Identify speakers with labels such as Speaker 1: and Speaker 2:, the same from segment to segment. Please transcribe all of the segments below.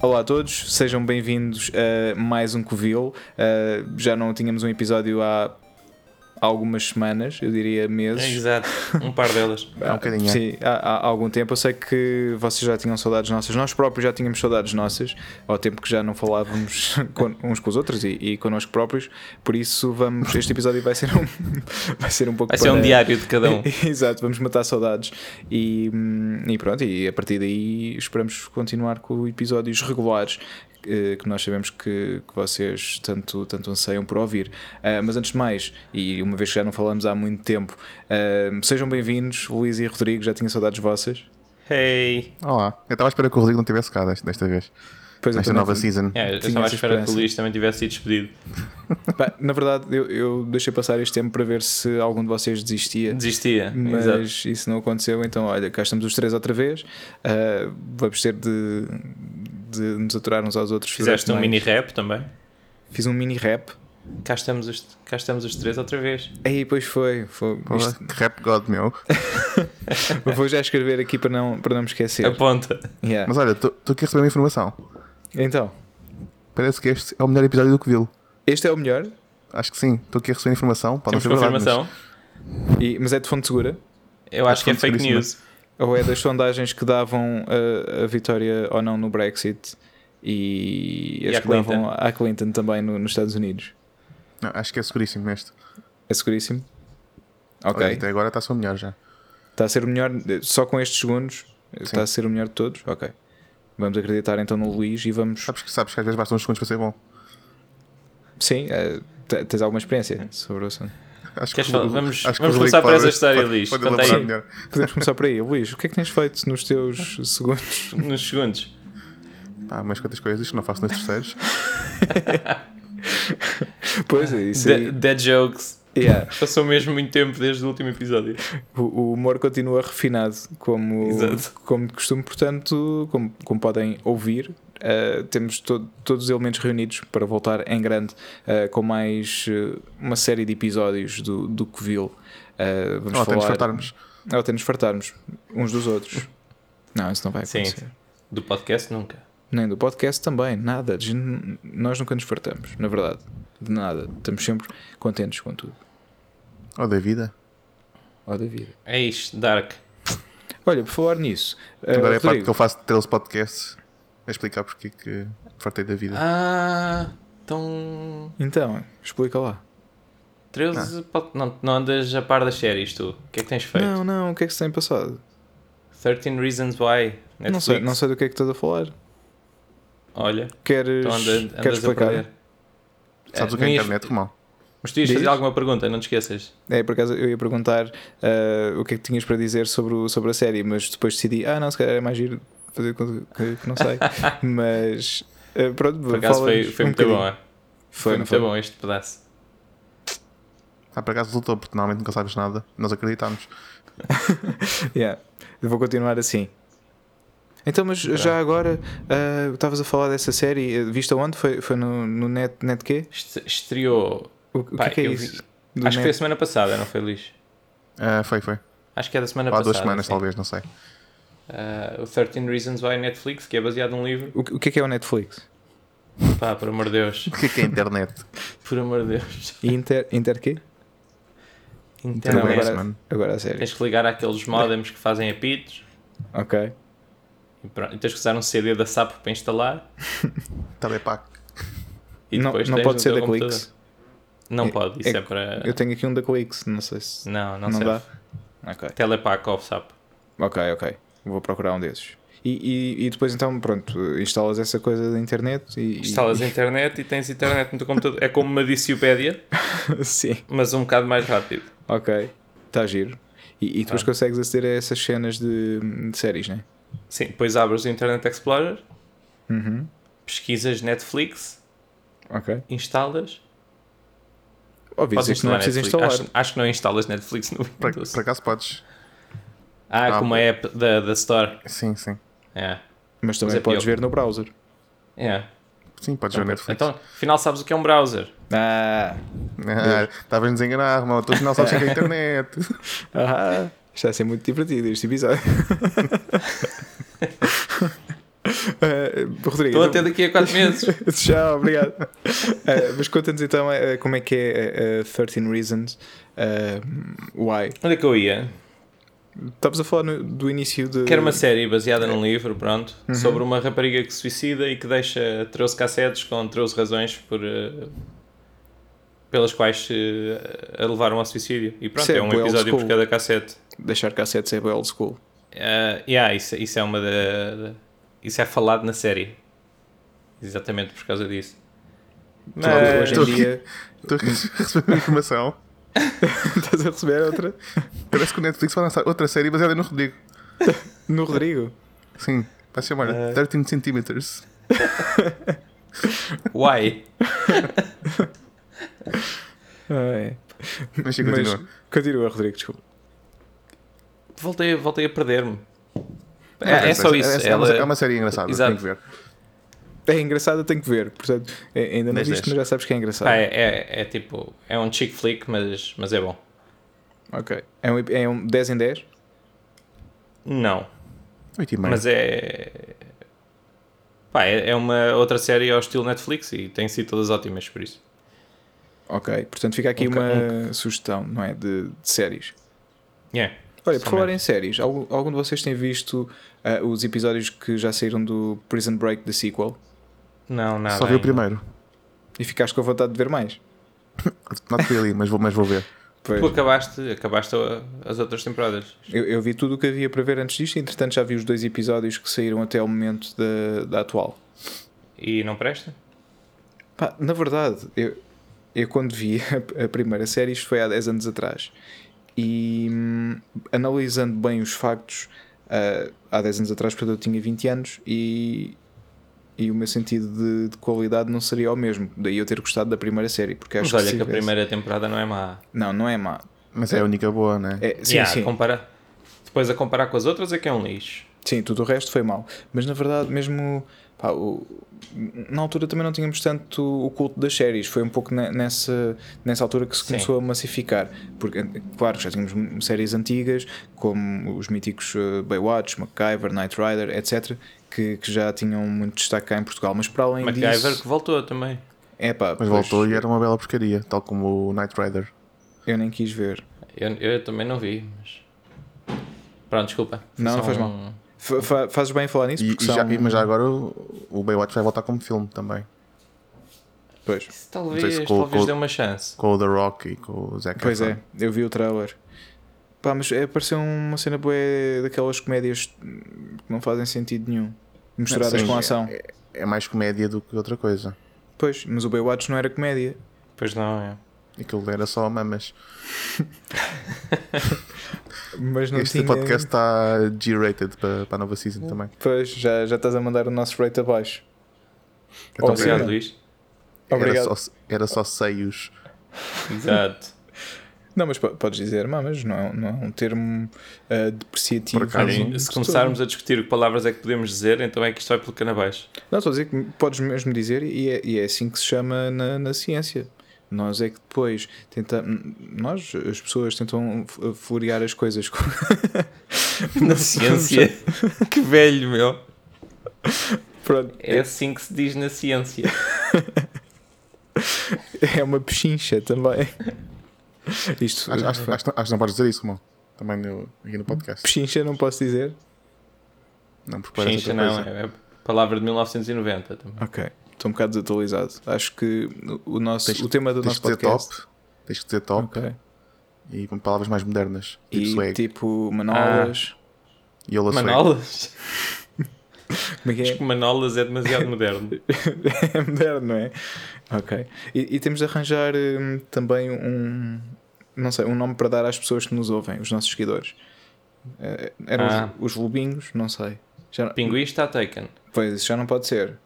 Speaker 1: Olá a todos, sejam bem-vindos a mais um Covil. Uh, já não tínhamos um episódio há algumas semanas, eu diria meses.
Speaker 2: É, exato, um par delas.
Speaker 1: Há,
Speaker 3: um bocadinho, é.
Speaker 1: Sim, há, há algum tempo. Eu sei que vocês já tinham saudades nossas, nós próprios já tínhamos saudades nossas, ao tempo que já não falávamos com- uns com os outros e, e connosco próprios. Por isso, vamos. Este episódio vai ser um, vai ser um pouco.
Speaker 2: Vai ser um
Speaker 1: para-
Speaker 2: diário de cada um.
Speaker 1: Exato, vamos matar saudades. E, hum, e pronto, e a partir daí esperamos continuar com episódios regulares eh, que nós sabemos que, que vocês tanto, tanto anseiam por ouvir. Ah, mas antes de mais, e uma vez que já não falamos há muito tempo, ah, sejam bem-vindos, Luís e Rodrigo, já tinha saudades vossas.
Speaker 2: Hey!
Speaker 3: Olá. Eu estava à espera que o Rodrigo não tivesse cá desta, desta vez.
Speaker 1: Pois eu
Speaker 3: Nesta
Speaker 1: também
Speaker 3: nova
Speaker 1: fui-
Speaker 3: season.
Speaker 2: É, eu
Speaker 1: Tinha
Speaker 2: estava à
Speaker 1: essa
Speaker 2: espera que o
Speaker 1: esperança.
Speaker 2: Luís também tivesse sido despedido.
Speaker 1: Pá, na verdade, eu, eu deixei passar este tempo para ver se algum de vocês desistia.
Speaker 2: Desistia.
Speaker 1: mas
Speaker 2: Exato.
Speaker 1: isso não aconteceu, então olha, cá estamos os três outra vez. Ah, vamos ter de, de nos aturar uns aos outros.
Speaker 2: Fizeste um
Speaker 1: Também.
Speaker 2: mini rap também.
Speaker 1: Fiz um mini rap.
Speaker 2: Cá estamos, os, cá estamos os três outra vez.
Speaker 1: Aí depois foi. foi
Speaker 3: Pô,
Speaker 1: isto-
Speaker 3: que rap god meu.
Speaker 2: Tá.
Speaker 1: vou já escrever aqui para não, para não me esquecer.
Speaker 2: Aponta.
Speaker 1: Yeah.
Speaker 3: Mas olha, estou aqui a receber uma informação.
Speaker 1: Então,
Speaker 3: Parece que este é o melhor episódio do que viu.
Speaker 1: este é o melhor,
Speaker 3: Acho que sim. Estou aqui a receber informação. Pode
Speaker 2: Temos
Speaker 3: não ser verdade,
Speaker 2: confirmação.
Speaker 1: e- mas é de fonte segura.
Speaker 2: Eu acho que é fake
Speaker 3: seguríssima.
Speaker 2: news.
Speaker 1: Ou é das sondagens que davam uh, a, vitória ou não no Brexit e,
Speaker 2: E
Speaker 1: as
Speaker 2: à
Speaker 1: que davam à Clinton também no- nos Estados Unidos.
Speaker 3: mas- Não, acho que é seguríssimo este.
Speaker 1: É seguríssimo?
Speaker 3: Olha,
Speaker 1: Ok.
Speaker 3: até agora está a ser o melhor já.
Speaker 1: Está a ser o melhor, eh, só com estes segundos, eh, está a ser o melhor de todos? Ok. Vamos acreditar então no Luís e vamos.
Speaker 3: Sabes que, sabes que às vezes bastam uns segundos para ser bom.
Speaker 1: Sim, eh, te- tens alguma experiência sobre o assunto?
Speaker 3: Acho
Speaker 2: Queres
Speaker 3: o-
Speaker 2: falar? Vamos-
Speaker 3: acho que
Speaker 2: vamos
Speaker 3: o Rodrigo
Speaker 2: começar por
Speaker 3: pode-
Speaker 2: essa história,
Speaker 3: pode-
Speaker 2: Luís.
Speaker 3: pode
Speaker 2: Conta
Speaker 3: elaborar
Speaker 2: aí.
Speaker 3: melhor.
Speaker 1: Podemos começar por aí. Luís, o que é que tens feito nos teus segundos?
Speaker 2: Nos segundos.
Speaker 3: Pá, mas quantas coisas que não faço nos terceiros.
Speaker 1: Pois é, isso
Speaker 2: De-
Speaker 1: aí.
Speaker 2: Dead jokes.
Speaker 1: Yeah.
Speaker 2: Passou mesmo muito tempo desde o último episódio.
Speaker 1: O, o humor continua refinado, como,
Speaker 2: Exato.
Speaker 1: como de costume, portanto, como, como podem ouvir, eh, temos to- todos os elementos reunidos para voltar em grande eh, com mais eh, uma série de episódios do, do Covil. Eh, vamos
Speaker 3: Ou até
Speaker 1: falar...
Speaker 3: nos fartarmos.
Speaker 1: Ou até nos fartarmos uns dos outros. Não, isso não vai
Speaker 2: Sim.
Speaker 1: acontecer.
Speaker 2: Do podcast nunca.
Speaker 1: Nem do podcast também, nada. De- Nós nunca nos fartamos, na verdade. De nada. Estamos sempre contentes com tudo.
Speaker 3: Ou da vida.
Speaker 1: Ó da vida.
Speaker 2: É isto, Dark.
Speaker 1: Olha, por falar nisso. eh,
Speaker 3: Agora é a parte
Speaker 1: Rodrigo,
Speaker 3: que eu faço de 13 podcasts a explicar porque que fartei da vida.
Speaker 2: Ah, então.
Speaker 1: Então, explica lá. Ah.
Speaker 2: 13. pod- Não, não andas a par das séries, tu. O que é que tens feito?
Speaker 1: Não, não, o que é que se tem passado?
Speaker 2: 13 Reasons Why. Netflix.
Speaker 1: Não sei, não sei do que é que estás a falar.
Speaker 2: Olha,
Speaker 1: Queres,
Speaker 2: então anda, andas
Speaker 1: queres
Speaker 2: a
Speaker 1: explicar?
Speaker 2: perder.
Speaker 3: Sabes
Speaker 2: Eh,
Speaker 3: o que é a
Speaker 2: não ias-
Speaker 3: internet, Romão?
Speaker 2: Mas tu ias
Speaker 1: Diz.
Speaker 2: fazer alguma pergunta, não te esqueças.
Speaker 1: É, por acaso eu ia perguntar eh, o que é que tinhas para dizer sobre, o- sobre a série, mas depois decidi, ah, não, se calhar é mais giro fazer com que, que não sei. mas eh, pronto,
Speaker 2: Por acaso foi,
Speaker 1: fala-nos
Speaker 2: foi
Speaker 1: um
Speaker 2: muito bom,
Speaker 1: bocadinho.
Speaker 2: é? Foi,
Speaker 1: Foi, não
Speaker 2: muito
Speaker 1: foi?
Speaker 2: bom este pedaço.
Speaker 3: Ah, por acaso resultou, porque normalmente nunca sabes nada. Nós acreditamos.
Speaker 1: Yeah. Eu vou continuar assim. Então, mas já agora, ah, estavas a falar dessa série, eh, viste onde? Foi, foi no, no net, net quê?
Speaker 2: Este- Estreou.
Speaker 1: O, o
Speaker 2: Pá,
Speaker 1: que é que é
Speaker 2: eu
Speaker 1: isso? Do
Speaker 2: Acho que foi a
Speaker 1: net?
Speaker 2: semana passada, não foi, Luís?
Speaker 3: Ah, foi, foi.
Speaker 2: Acho que é da semana
Speaker 3: Ou há
Speaker 2: passada.
Speaker 3: duas semanas,
Speaker 2: sim.
Speaker 3: talvez, não sei.
Speaker 2: Ah, o 13 Reasons Why Netflix, que é baseado num livro.
Speaker 1: O, que- o que é que é o Netflix?
Speaker 2: Pá, por amor de Deus.
Speaker 3: O que é que é a internet?
Speaker 2: Por amor de Deus.
Speaker 1: Inter, inter quê?
Speaker 2: Então,
Speaker 3: Também
Speaker 1: Não,
Speaker 3: é
Speaker 1: agora-
Speaker 3: isso, mano.
Speaker 1: Agora a série.
Speaker 2: tens que ligar àqueles modems que fazem apitos.
Speaker 1: Ok.
Speaker 2: E pronto, e tens que usar um CD da SAP para instalar.
Speaker 3: Telepac.
Speaker 2: E
Speaker 1: não
Speaker 2: depois
Speaker 1: não
Speaker 2: tens
Speaker 1: pode
Speaker 2: no
Speaker 1: ser
Speaker 2: teu
Speaker 1: da
Speaker 2: computador.
Speaker 1: Clix.
Speaker 2: Não
Speaker 1: É-
Speaker 2: pode, isso
Speaker 1: é-
Speaker 2: é, para.
Speaker 1: Eu tenho aqui um da Clix, não sei se.
Speaker 2: Não, não,
Speaker 1: Não,
Speaker 2: serve.
Speaker 1: dá? Ok.
Speaker 2: Telepack off SAP.
Speaker 1: Ok, ok. Vou procurar um desses. E, e, e depois então, pronto, instalas essa coisa da internet e. e-
Speaker 2: Instalas a internet e tens internet no teu computador. É como uma Dicipédia,
Speaker 1: Sim.
Speaker 2: mas um bocado mais rápido.
Speaker 1: Ok, está giro. E, e depois
Speaker 2: Tá.
Speaker 1: consegues aceder a essas cenas de, de séries, né?
Speaker 2: Sim, depois abres o Internet Explorer,
Speaker 1: Uhum.
Speaker 2: pesquisas Netflix,
Speaker 1: Ok.
Speaker 2: instalas.
Speaker 1: Óbvio,
Speaker 2: Podes
Speaker 1: isto não é
Speaker 2: instalar
Speaker 1: preciso
Speaker 2: Netflix.
Speaker 1: instalar.
Speaker 2: Acho, acho que não instalas Netflix no
Speaker 3: Por,
Speaker 2: Windows.
Speaker 3: por acaso podes.
Speaker 2: Ah,
Speaker 3: Ah,
Speaker 2: com uma app da, da Store.
Speaker 3: Sim, sim.
Speaker 2: É.
Speaker 1: Mas também
Speaker 2: Mas é
Speaker 1: podes
Speaker 2: pior.
Speaker 1: ver no browser.
Speaker 2: É.
Speaker 3: Sim, podes ver Netflix.
Speaker 2: Então, afinal, sabes o que é um browser.
Speaker 1: Ah!
Speaker 3: Ah, Estavas-nos a enganar, Romão. Tu afinal sabes o que é a internet.
Speaker 1: ah está a ser muito divertido este episódio. Eh, Rodrigo,
Speaker 2: Estou
Speaker 1: então-
Speaker 2: até daqui a 4 meses.
Speaker 1: Tchau, obrigado. Eh, mas conta-nos então eh, como é que é eh, 13 Reasons eh, Why.
Speaker 2: Onde é que eu ia?
Speaker 1: Estavas a falar no- do início de.
Speaker 2: Que era uma série baseada num livro, pronto, sobre uma rapariga que se suicida e que deixa 13 cassetes com 13 razões por, eh, pelas quais se eh, a levaram ao suicídio. E pronto,
Speaker 1: Isso é
Speaker 2: é um
Speaker 1: bué old
Speaker 2: episódio por
Speaker 1: school.
Speaker 2: cada cassete.
Speaker 1: Deixar cassetes é bem old school.
Speaker 2: Ah, yeah, isso, isso é uma da, da- Isso é falado na série. Exatamente por causa disso.
Speaker 1: Claro,
Speaker 2: Mas,
Speaker 1: hoje em
Speaker 3: Estou-
Speaker 1: dia
Speaker 3: Estou a receber uma informação.
Speaker 1: estás a receber outra
Speaker 3: Parece que o Netflix vai lançar outra série baseada no Rodrigo.
Speaker 1: no Rodrigo.
Speaker 3: Sim, vai se chamar
Speaker 2: É.
Speaker 3: 13 Centimeters.
Speaker 2: why?
Speaker 1: Ah, é.
Speaker 3: Mas sim,
Speaker 1: Mas
Speaker 3: continua.
Speaker 1: continua, Rodrigo, desculpa.
Speaker 2: Voltei, voltei a perder-me. É,
Speaker 3: Não,
Speaker 2: é
Speaker 3: não sei,
Speaker 2: só isso.
Speaker 3: É, é
Speaker 2: ela-
Speaker 3: uma, é uma série engraçada,
Speaker 2: Exato.
Speaker 3: tenho que ver.
Speaker 1: É engraçado, eu tenho que ver. Portanto, é- ainda não
Speaker 3: Dez,
Speaker 1: viste,
Speaker 3: dez.
Speaker 1: mas já sabes que é engraçado.
Speaker 2: pá, é, é- é tipo. É um chick flick, mas, mas é bom.
Speaker 1: Ok. É um, é um 10 em 10?
Speaker 2: Não.
Speaker 3: 8 e meio.
Speaker 2: Mas é. Pá, é é uma outra série ao estilo Netflix e tem sido todas ótimas por isso.
Speaker 1: Ok. Portanto, fica aqui
Speaker 2: Ok,
Speaker 1: uma sugestão, não é? De, de séries.
Speaker 2: Yeah.
Speaker 1: Olha, por
Speaker 2: Sim,
Speaker 1: falar
Speaker 2: mesmo.
Speaker 1: em séries, algum, algum de vocês tem visto ah, os episódios que já saíram do Prison Break, da sequel?
Speaker 2: Não, nada.
Speaker 3: Só vi o
Speaker 2: ainda.
Speaker 3: primeiro.
Speaker 1: E ficaste com a vontade de ver mais?
Speaker 3: Não fui ali, mas vou, mas vou ver.
Speaker 1: Pois.
Speaker 2: Tu acabaste, acabaste a- as outras temporadas.
Speaker 1: Eu, eu vi tudo o que havia para ver antes disto, entretanto já vi os dois episódios que saíram até ao momento da, da atual.
Speaker 2: E não presta?
Speaker 1: Pá, na verdade, eu, eu quando vi a, a primeira série, isto foi há 10 anos atrás, e hum, analisando bem os factos, ah, há 10 anos atrás, portanto eu tinha 20 anos, e, e o meu sentido de, de qualidade não seria o mesmo. Daí eu ter gostado da primeira série, porque acho
Speaker 2: Mas olha
Speaker 1: se
Speaker 2: que a
Speaker 1: tivesse-
Speaker 2: primeira temporada não é má.
Speaker 1: Não, não é má.
Speaker 3: Mas é a única boa, né?
Speaker 1: É, sim,
Speaker 2: Yeah,
Speaker 1: sim.
Speaker 2: compara- Depois a comparar com as outras é que é um lixo.
Speaker 1: Sim, tudo o resto foi mal. Mas na verdade, mesmo pá, o- na altura também não tínhamos tanto o culto das séries. Foi um pouco ne- nessa, nessa altura que se
Speaker 2: Sim.
Speaker 1: começou a massificar. Porque, claro, já tínhamos m- séries antigas, como os míticos eh, Baywatch, MacGyver, Knight Rider, etc., que, que já tinham muito destaque cá em Portugal. Mas para além
Speaker 2: MacGyver
Speaker 1: disso.
Speaker 2: que voltou também.
Speaker 1: É pá,
Speaker 3: Mas
Speaker 1: pois,
Speaker 3: voltou e era uma bela porcaria, tal como o Knight Rider.
Speaker 1: eu nem quis ver.
Speaker 2: Eu, eu também não vi, mas. Pronto, desculpa. Foi
Speaker 1: Não,
Speaker 2: só
Speaker 1: não faz mal.
Speaker 2: um-
Speaker 1: Fa- fa- fazes bem em falar nisso?
Speaker 3: E,
Speaker 1: Porque
Speaker 3: e
Speaker 1: são...
Speaker 3: já, e- mas já agora o, o Baywatch vai voltar como filme também.
Speaker 1: Pois.
Speaker 2: Isso
Speaker 3: Não
Speaker 2: talvez,
Speaker 3: sei se com-
Speaker 2: talvez
Speaker 3: com-
Speaker 2: dê uma chance.
Speaker 3: Com o The Rock e com o Zac
Speaker 1: Pois
Speaker 3: Efron.
Speaker 1: é, eu vi o trailer. Pá, mas é, pareceu uma cena boa daquelas comédias que não fazem sentido nenhum. Misturadas
Speaker 3: Sim,
Speaker 1: com ação.
Speaker 3: É, é mais comédia do que outra coisa.
Speaker 1: Pois, mas o Baywatch não era comédia.
Speaker 2: Pois não, é.
Speaker 3: Aquilo era só mamas.
Speaker 1: Mas não
Speaker 3: este
Speaker 1: tinha... Hum.
Speaker 3: podcast está G-rated para, para a nova season também.
Speaker 1: Pois, já, já estás a mandar o nosso rate abaixo.
Speaker 3: Então,
Speaker 1: Oh, sim.
Speaker 2: Obrigado,
Speaker 1: não.
Speaker 2: Luís.
Speaker 1: Obrigado.
Speaker 3: Era, só, era só seios.
Speaker 2: Exato.
Speaker 1: Não, mas po- podes dizer, "Má, mas não é, não é um termo ah, depreciativo.
Speaker 3: Por acaso,
Speaker 1: Não,
Speaker 2: Olhem, se começarmos a discutir que palavras é que podemos dizer, então é que isto vai pelo cano abaixo.
Speaker 1: Não, estou a dizer que podes mesmo dizer e é, e é assim que se chama na, na ciência. Nós é que depois tentamos. Nós, as pessoas, tentam f- florear as coisas com,
Speaker 2: Na ciência. que velho, meu.
Speaker 1: Pronto,
Speaker 2: É assim que se diz na ciência.
Speaker 1: é uma pechincha também. Isto,
Speaker 3: Acho, acho- acho- acho que não podes dizer isso, irmão. Também no- aqui no podcast.
Speaker 1: pechincha não posso dizer?
Speaker 3: Não, porque parece
Speaker 2: Pechincha
Speaker 3: outra
Speaker 2: não,
Speaker 3: coisa.
Speaker 2: é, é palavra de 1990 também.
Speaker 1: Ok, estou um bocado desatualizado. Acho que o, nosso,
Speaker 3: Tens-
Speaker 1: o tema do
Speaker 3: Tens
Speaker 1: nosso
Speaker 3: que dizer
Speaker 1: podcast...
Speaker 3: top. Tens que dizer top.
Speaker 1: Ok.
Speaker 3: E com palavras mais modernas. Tipo
Speaker 1: E
Speaker 3: swag.
Speaker 1: tipo manolas...
Speaker 3: Ah. Yola swag.
Speaker 2: Manolas?
Speaker 1: Como é que
Speaker 2: Acho
Speaker 1: é?
Speaker 2: que Manolas é demasiado moderno.
Speaker 1: é moderno, não é? Ok. E, e temos de arranjar hum, também um... Não sei, um nome para dar às pessoas que nos ouvem, os nossos seguidores. Eh, eram
Speaker 2: Ah.
Speaker 1: os, os lobinhos? Não sei. Já,
Speaker 2: Pinguim está taken.
Speaker 1: pois, isso já não pode ser.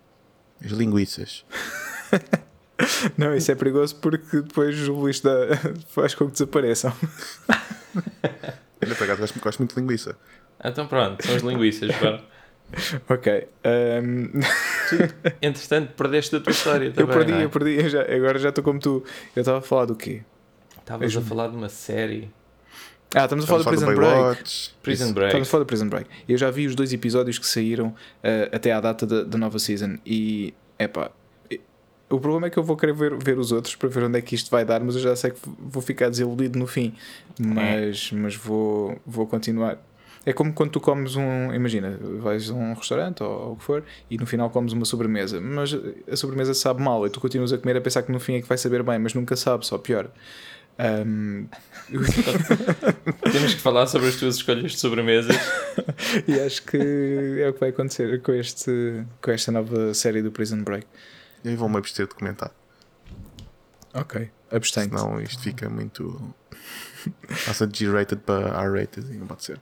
Speaker 3: As linguiças.
Speaker 1: Não, isso é perigoso porque depois o Luís dá, faz com que desapareçam.
Speaker 3: Olha, por acaso, gosto, gosto muito de linguiça.
Speaker 2: Então pronto, são as linguiças. vá.
Speaker 1: Ok. ahm,
Speaker 2: Entretanto, perdeste a tua história
Speaker 1: eu
Speaker 2: também.
Speaker 1: perdi,
Speaker 2: não é?
Speaker 1: eu perdi. eu já- agora já estou como tu. Eu estava a falar do quê?
Speaker 2: Estavas a falar de uma série.
Speaker 1: Ah, estamos a falar do
Speaker 3: Estamos a
Speaker 1: Prison
Speaker 3: falar do
Speaker 1: Break.
Speaker 3: Baywatch.
Speaker 2: Prison
Speaker 1: Isso,
Speaker 2: Break.
Speaker 1: Estamos a falar do Prison Break. Eu já vi os dois episódios que saíram eh, até à data da, da nova season e, epá, e- o problema é que eu vou querer ver, ver os outros para ver onde é que isto vai dar, mas eu já sei que vou ficar desiludido no fim.
Speaker 2: É.
Speaker 1: Mas, mas vou, vou continuar. É como quando tu comes um. Imagina, vais a um restaurante ou, ou o que for e no final comes uma sobremesa, mas a sobremesa sabe mal e tu continuas a comer a pensar que no fim é que vai saber bem, mas nunca sabe, só pior. Ahm,
Speaker 2: Temos que falar sobre as tuas escolhas de sobremesas.
Speaker 1: E acho que é o que vai acontecer com, este, com esta nova série do Prison Break.
Speaker 3: Eu vou-me abster de comentar.
Speaker 1: Ok. Abstenho.
Speaker 3: Senão isto fica muito. Passa de G-rated para R-rated e não pode ser.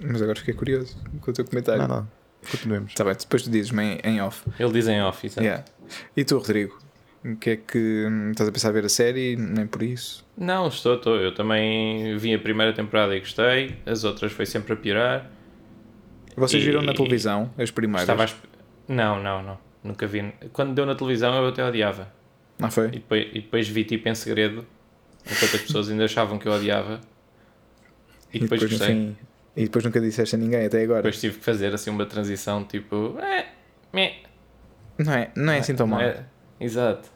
Speaker 1: Mas agora fiquei curioso com o teu
Speaker 3: Não,
Speaker 1: comentário.
Speaker 3: não. Continuemos.
Speaker 1: Tá bem, depois tu dizes-me em, em off.
Speaker 2: Ele diz em é? off, exato.
Speaker 1: Yeah. E tu, Rodrigo? O que é que hum, estás a pensar ver a série? Nem por isso.
Speaker 2: Não, estou, estou. Eu também vi a primeira temporada e gostei. As outras foi sempre a piorar.
Speaker 1: Vocês viram
Speaker 2: E-
Speaker 1: na televisão as primeiras?
Speaker 2: Estava a... esp- Não, não, não. Nunca vi. Quando deu na televisão eu até odiava.
Speaker 1: Não foi?
Speaker 2: E depois, e depois vi tipo em segredo. Enquanto as pessoas ainda achavam que eu odiava. E depois,
Speaker 1: no
Speaker 2: gostei.
Speaker 1: fim- e depois nunca disseste a ninguém até agora.
Speaker 2: Depois tive que fazer assim uma transição tipo. "Eh, meh,
Speaker 1: Não é, não é assim tão
Speaker 2: não
Speaker 1: mal.
Speaker 2: é?" Exato.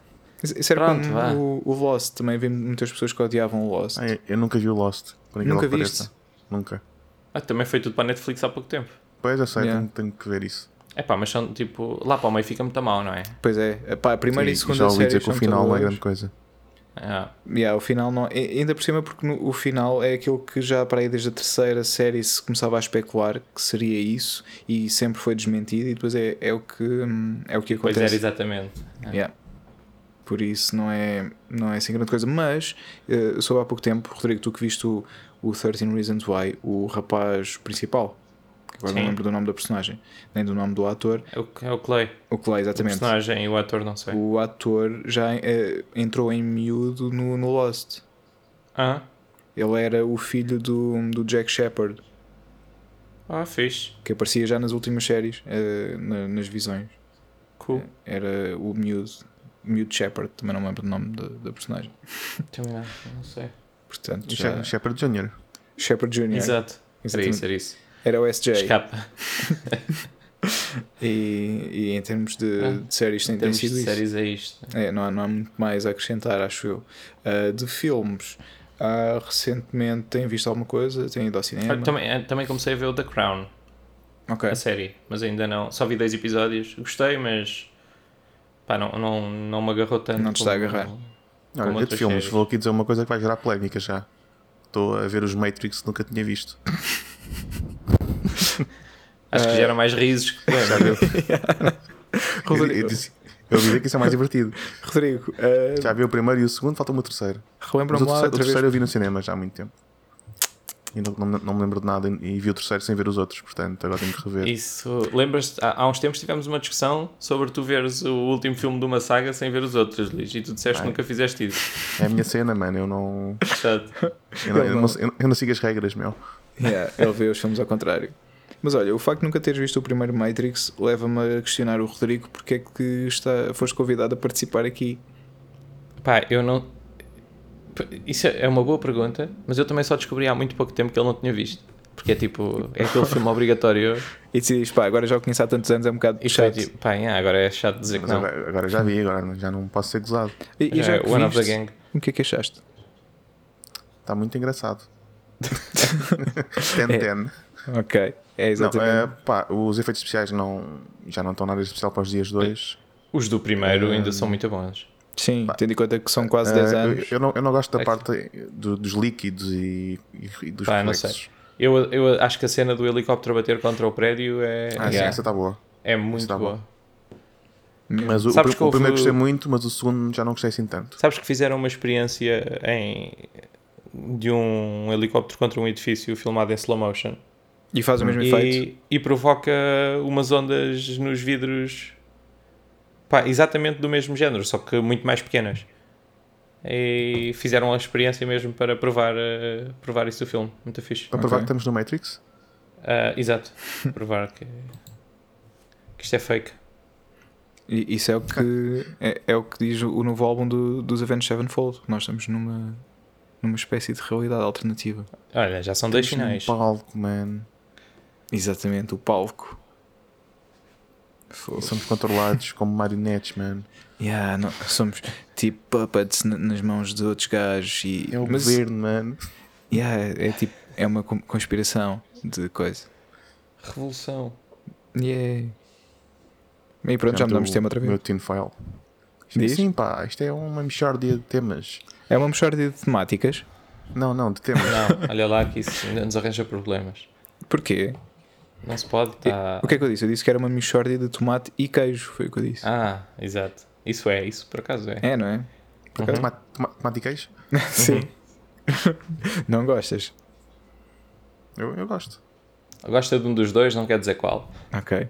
Speaker 1: Isso era
Speaker 2: Pronto,
Speaker 1: como
Speaker 2: vá.
Speaker 1: o, o Lost. Também vi muitas pessoas que odiavam o Lost.
Speaker 3: Ah, eu- eu nunca vi o Lost. Por incrível
Speaker 1: Nunca
Speaker 3: que
Speaker 1: viste?
Speaker 3: pareça. Nunca.
Speaker 2: Ah, também foi tudo para a Netflix há pouco tempo.
Speaker 3: Pois eu sei,
Speaker 1: Yeah.
Speaker 3: tenho, tenho que ver isso.
Speaker 2: É pá, mas são tipo. Lá para o meio fica muito mal, não é?
Speaker 1: Pois é. Pá, a primeira e, a
Speaker 3: E- e
Speaker 1: segunda
Speaker 3: já ouvi
Speaker 1: série
Speaker 3: dizer que o
Speaker 1: são
Speaker 3: final não é
Speaker 1: todas-
Speaker 3: grande coisa.
Speaker 2: Ah,
Speaker 1: Yeah, o final não. e- Ainda por cima, porque no- o final é aquilo que já para aí desde a terceira série se começava a especular que seria isso e sempre foi desmentido e depois é, é o que hum, é o que
Speaker 2: pois era,
Speaker 1: acontece.
Speaker 2: exatamente.
Speaker 1: Yeah. Por isso não é, não é assim grande coisa. Mas eh, soube há pouco tempo, Rodrigo, tu que viste o, o 13 Reasons Why, o rapaz principal, que agora
Speaker 2: Sim.
Speaker 1: não lembro do nome da personagem, nem do nome do ator,
Speaker 2: É o, é o Clay.
Speaker 1: o que lá
Speaker 2: O
Speaker 1: exatamente.
Speaker 2: personagem e o ator, não sei.
Speaker 1: O ator já eh, entrou em miúdo no, no Lost.
Speaker 2: Ah,
Speaker 1: Ele era o filho do, do Jack Shepard,
Speaker 2: ah, fixe.
Speaker 1: que aparecia já nas últimas séries, eh, na- nas visões.
Speaker 2: Cool.
Speaker 1: Era o Muse, Mute Shepard, também não me lembro o nome da, da personagem.
Speaker 2: Também não, não sei.
Speaker 1: Portanto,
Speaker 3: E
Speaker 1: já...
Speaker 3: Shep- Shepard Jr.
Speaker 1: Shepard Jr.
Speaker 2: Exato. Era
Speaker 1: exatamente.
Speaker 2: isso, era isso.
Speaker 1: Era o SJ.
Speaker 2: Escapa.
Speaker 1: E, e em termos de,
Speaker 2: Ah,
Speaker 1: de séries, tem,
Speaker 2: Em
Speaker 1: tem
Speaker 2: termos de
Speaker 1: sido isso.
Speaker 2: séries é isto.
Speaker 1: É, não, há, não há muito mais a acrescentar, acho eu. Ah, de filmes, ah, recentemente tem visto alguma coisa? Tem ido ao cinema?
Speaker 2: Olha, assim, também, eh, também comecei a ver o The Crown,
Speaker 1: Ok.
Speaker 2: a série, mas ainda não. Só vi 10 episódios. Gostei, mas. Pá, não, não, não me agarrou tanto.
Speaker 1: Não te está a
Speaker 2: como-
Speaker 1: agarrar.
Speaker 3: Olha,
Speaker 2: outras
Speaker 3: de filmes,
Speaker 2: séries.
Speaker 3: vou aqui dizer uma coisa que vai gerar polémica já. Estou a ver os Matrix que nunca tinha visto.
Speaker 2: Acho que
Speaker 1: Eh,
Speaker 2: gera mais risos que
Speaker 3: Já
Speaker 2: polémica.
Speaker 3: viu? eu, eu,
Speaker 1: Rodrigo.
Speaker 3: disse- eu ouvi dizer que isso é mais divertido.
Speaker 1: Rodrigo, ah,
Speaker 3: Já vi o primeiro e o segundo, falta-me o terceiro. Mas o
Speaker 1: relembra-me lá
Speaker 3: terceiro, o
Speaker 1: outra vez
Speaker 3: terceiro eu vi no cinema já há muito tempo. E não, não, me- não me lembro de nada e, e vi o terceiro sem ver os outros, portanto agora tenho que rever.
Speaker 2: Isso, lembras-te, há, há uns tempos tivemos uma discussão sobre tu veres o último filme de uma saga sem ver os outros, Luís, e tu disseste que
Speaker 3: Ai.
Speaker 2: nunca fizeste isso.
Speaker 3: É a minha cena, mano. Eu não,
Speaker 2: Chato.
Speaker 3: eu não,
Speaker 1: Ele
Speaker 3: eu
Speaker 1: não-
Speaker 3: não, eu não- eu não sigo as regras, meu.
Speaker 1: Yeah, ele vê os filmes ao contrário. Mas olha, o facto de nunca teres visto o primeiro Matrix leva-me a questionar o Rodrigo porque é que está, foste convidado a participar aqui.
Speaker 2: Pá, eu não. P- Isso é uma boa pergunta, mas eu também só descobri há muito pouco tempo que ele não tinha visto. Porque é tipo, é aquele filme obrigatório.
Speaker 1: E decidiste, pá, agora já o conheço há tantos anos, é um bocado
Speaker 2: E foi
Speaker 1: chato.
Speaker 2: tipo, pá, yeah, agora é chato dizer que
Speaker 3: Mas
Speaker 2: não.
Speaker 3: agora, agora já vi, agora já não posso ser gozado.
Speaker 1: e, e
Speaker 2: Já
Speaker 1: já
Speaker 2: é
Speaker 1: que
Speaker 2: One of the
Speaker 1: viste,
Speaker 2: Gang.
Speaker 1: o que é que achaste?
Speaker 3: Está Tá muito engraçado. ten,
Speaker 2: É,
Speaker 3: ten.
Speaker 1: Ok, é
Speaker 3: Não,
Speaker 1: exatamente.
Speaker 3: é, pá, os efeitos especiais não, já não estão nada de especial para os
Speaker 2: É,
Speaker 3: dias 2.
Speaker 2: Os do primeiro ainda
Speaker 3: Ah.
Speaker 2: são muito bons.
Speaker 1: Sim, tendo em conta que são quase 10 anos.
Speaker 3: Eh, eu, não, eu não gosto da
Speaker 2: É que-
Speaker 3: parte do- dos líquidos e, e- e dos
Speaker 2: Pá, não
Speaker 3: reflexos.
Speaker 2: Eu, eu acho que a cena do helicóptero bater contra o prédio é,
Speaker 3: Ah, sim,
Speaker 2: yeah,
Speaker 3: essa está boa.
Speaker 2: é muito
Speaker 3: tá
Speaker 2: boa.
Speaker 3: bom. Mas o, o
Speaker 2: Sabes
Speaker 3: pr-
Speaker 2: que
Speaker 3: o
Speaker 2: houve-
Speaker 3: primeiro gostei muito, mas o segundo já não gostei assim tanto.
Speaker 2: Sabes que fizeram uma experiência em de um helicóptero contra um edifício filmado em slow motion
Speaker 1: E faz o mesmo efeito.
Speaker 2: e, e provoca umas ondas nos vidros pá, exatamente do mesmo género, só que muito mais pequenas. E fizeram a experiência mesmo para provar, eh, provar isso do filme. Muito fixe.
Speaker 3: Para provar
Speaker 1: Ok.
Speaker 3: que estamos no Matrix,
Speaker 2: Ah, exato. Provar que, que isto é fake.
Speaker 1: E isso é o que é, é o que diz o novo álbum do- dos Avenged Sevenfold. Nós estamos numa numa espécie de realidade alternativa.
Speaker 2: Olha, já são dois
Speaker 3: Temos
Speaker 2: finais.
Speaker 3: Um palco, man.
Speaker 1: Exatamente, o palco. Fogo.
Speaker 3: Somos controlados como marionetes, man.
Speaker 1: Yeah, não, somos tipo puppets n- nas mãos de outros gajos e.
Speaker 3: É o
Speaker 1: mas-
Speaker 3: governo, man.
Speaker 1: yeah, é, é tipo, é uma con- conspiração de coisa.
Speaker 2: Revolução.
Speaker 1: Yeah. E pronto, já
Speaker 3: Portanto,
Speaker 1: mudamos de tema
Speaker 3: o
Speaker 1: outra vez.
Speaker 3: Meu tinfoil. Isto é
Speaker 1: Diz?
Speaker 3: Sim, pá, isto é uma mexórdia de temas.
Speaker 1: É uma mexórdia de temáticas.
Speaker 3: Não, não, de temas.
Speaker 2: Não, olha lá que isso ainda nos arranja problemas.
Speaker 1: Porquê?
Speaker 2: Não se pode. Tá...
Speaker 1: O que é que eu disse? Eu disse que era uma mexórdia de tomate e queijo, foi o que eu disse.
Speaker 2: Ah, exato. Isso é, isso por acaso é.
Speaker 1: É, não é?
Speaker 3: Uhum. Toma- toma- Tomate e queijo?
Speaker 1: Sim. não gostas?
Speaker 3: Eu, eu gosto.
Speaker 2: Gosta de um dos dois, não quer dizer qual.
Speaker 1: Ok.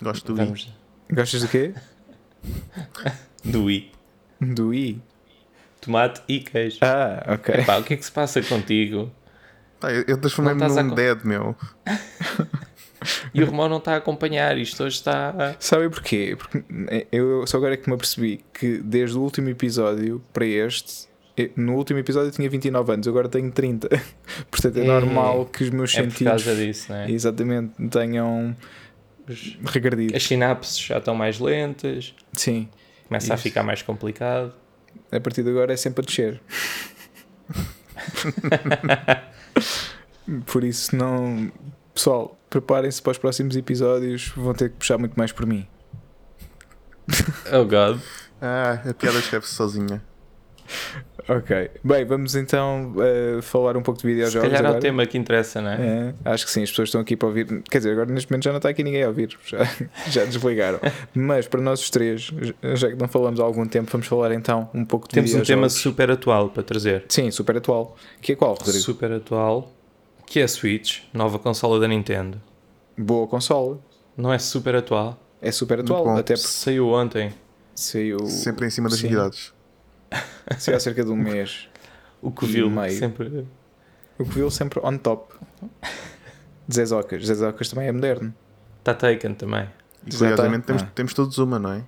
Speaker 3: Gosto do I.
Speaker 2: Vamos.
Speaker 1: Gostas do quê?
Speaker 2: Do I.
Speaker 1: Do I.
Speaker 2: Tomate e queijo.
Speaker 1: Ah, ok.
Speaker 2: Pá, o que é que se passa contigo?
Speaker 3: Pá, eu, eu transformei-me
Speaker 2: Não estás a
Speaker 3: num
Speaker 2: con-
Speaker 3: dead, meu.
Speaker 2: E o Romão não está a acompanhar, isto hoje está.
Speaker 1: Sabe porquê? Porque eu só agora é que me apercebi que desde o último episódio para este, eu- no último episódio eu tinha 29 anos, agora tenho 30. Portanto é
Speaker 2: Ei,
Speaker 1: normal que os meus
Speaker 2: É por
Speaker 1: sentidos
Speaker 2: causa disso, né?
Speaker 1: exatamente tenham
Speaker 2: Os-
Speaker 1: regredido.
Speaker 2: As sinapses já estão mais lentas,
Speaker 1: Sim,
Speaker 2: começa a
Speaker 1: Isso.
Speaker 2: ficar mais complicado.
Speaker 1: a partir de agora é sempre a descer. por isso não. Pessoal, preparem-se para os próximos episódios, vão ter que puxar muito mais por mim.
Speaker 2: Oh God.
Speaker 3: Ah, a piada escreve-se sozinha.
Speaker 1: Ok. Bem, vamos então eh, falar um pouco de
Speaker 2: Se
Speaker 1: videojogos.
Speaker 2: calhar é
Speaker 1: agora.
Speaker 2: o tema que interessa, não é?
Speaker 1: É, acho que sim, as pessoas estão aqui para ouvir. Quer dizer, agora neste momento já não está aqui ninguém a ouvir, já, já desligaram. Mas para nós os três, já que não falamos há algum tempo, vamos falar então um pouco de
Speaker 2: Temos um tema
Speaker 1: videojogos.
Speaker 2: super atual para trazer.
Speaker 1: Sim, super atual. Que é qual, Rodrigo?
Speaker 2: Super atual, que é a Switch, nova consola da Nintendo.
Speaker 1: Boa consola.
Speaker 2: Não é super atual?
Speaker 1: É super atual,
Speaker 3: bom.
Speaker 1: até porque
Speaker 2: Saiu ontem.
Speaker 1: saiu
Speaker 3: Sempre em cima das
Speaker 1: Sim.
Speaker 3: novidades.
Speaker 1: saiu há cerca de um mês.
Speaker 2: O que viu
Speaker 1: Meio.
Speaker 2: sempre.
Speaker 1: O que viu sempre on top. Zezocas. Zezocas também é moderno.
Speaker 2: Está taken também.
Speaker 3: E
Speaker 1: Já
Speaker 3: curiosamente
Speaker 1: tá.
Speaker 3: temos,
Speaker 1: Ah.
Speaker 3: temos todos uma, não é?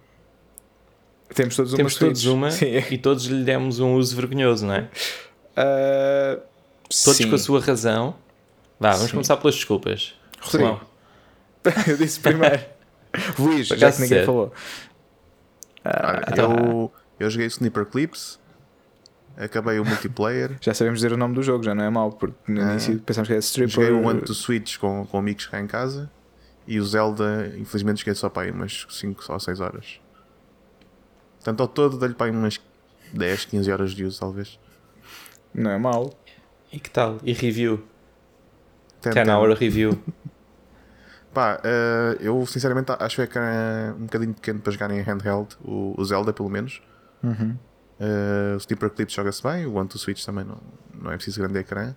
Speaker 1: Temos todos
Speaker 2: Temos
Speaker 1: uma
Speaker 2: todos
Speaker 1: Switch.
Speaker 2: uma
Speaker 1: Sim.
Speaker 2: e todos lhe demos um uso vergonhoso, não é?
Speaker 1: Ah,
Speaker 2: Todos
Speaker 1: sim.
Speaker 2: com a sua razão. Vá, vamos
Speaker 1: Sim.
Speaker 2: começar pelas desculpas.
Speaker 1: Rodrigo.
Speaker 2: Romão,
Speaker 1: Eu disse primeiro. Luís,
Speaker 2: Por
Speaker 1: já
Speaker 2: acaso
Speaker 1: que ninguém
Speaker 2: é.
Speaker 1: falou. Ah,
Speaker 3: Olha, eu, eu joguei Sniper Clips, acabei o multiplayer,
Speaker 1: Já sabemos dizer o nome do jogo, já não é mau, porque no
Speaker 3: Ah.
Speaker 1: início pensámos que era Stripper.
Speaker 3: joguei um o One to Switch com, com amigos cá em casa e o Zelda, infelizmente, joguei só para aí umas 5 ou 6 horas. Portanto, ao todo, dei-lhe para aí umas 10, 15 horas de uso, talvez.
Speaker 1: Não é mau.
Speaker 2: e que tal? E review?
Speaker 3: Ten,
Speaker 2: 10
Speaker 3: ten.
Speaker 2: hour review.
Speaker 3: Pá, eh, eu sinceramente acho que é um bocadinho pequeno para jogar em handheld, o, o Zelda pelo menos. Uhum. Eh, o Sniper Clips joga-se bem, o One to Switch também não, não é preciso grande ecrã.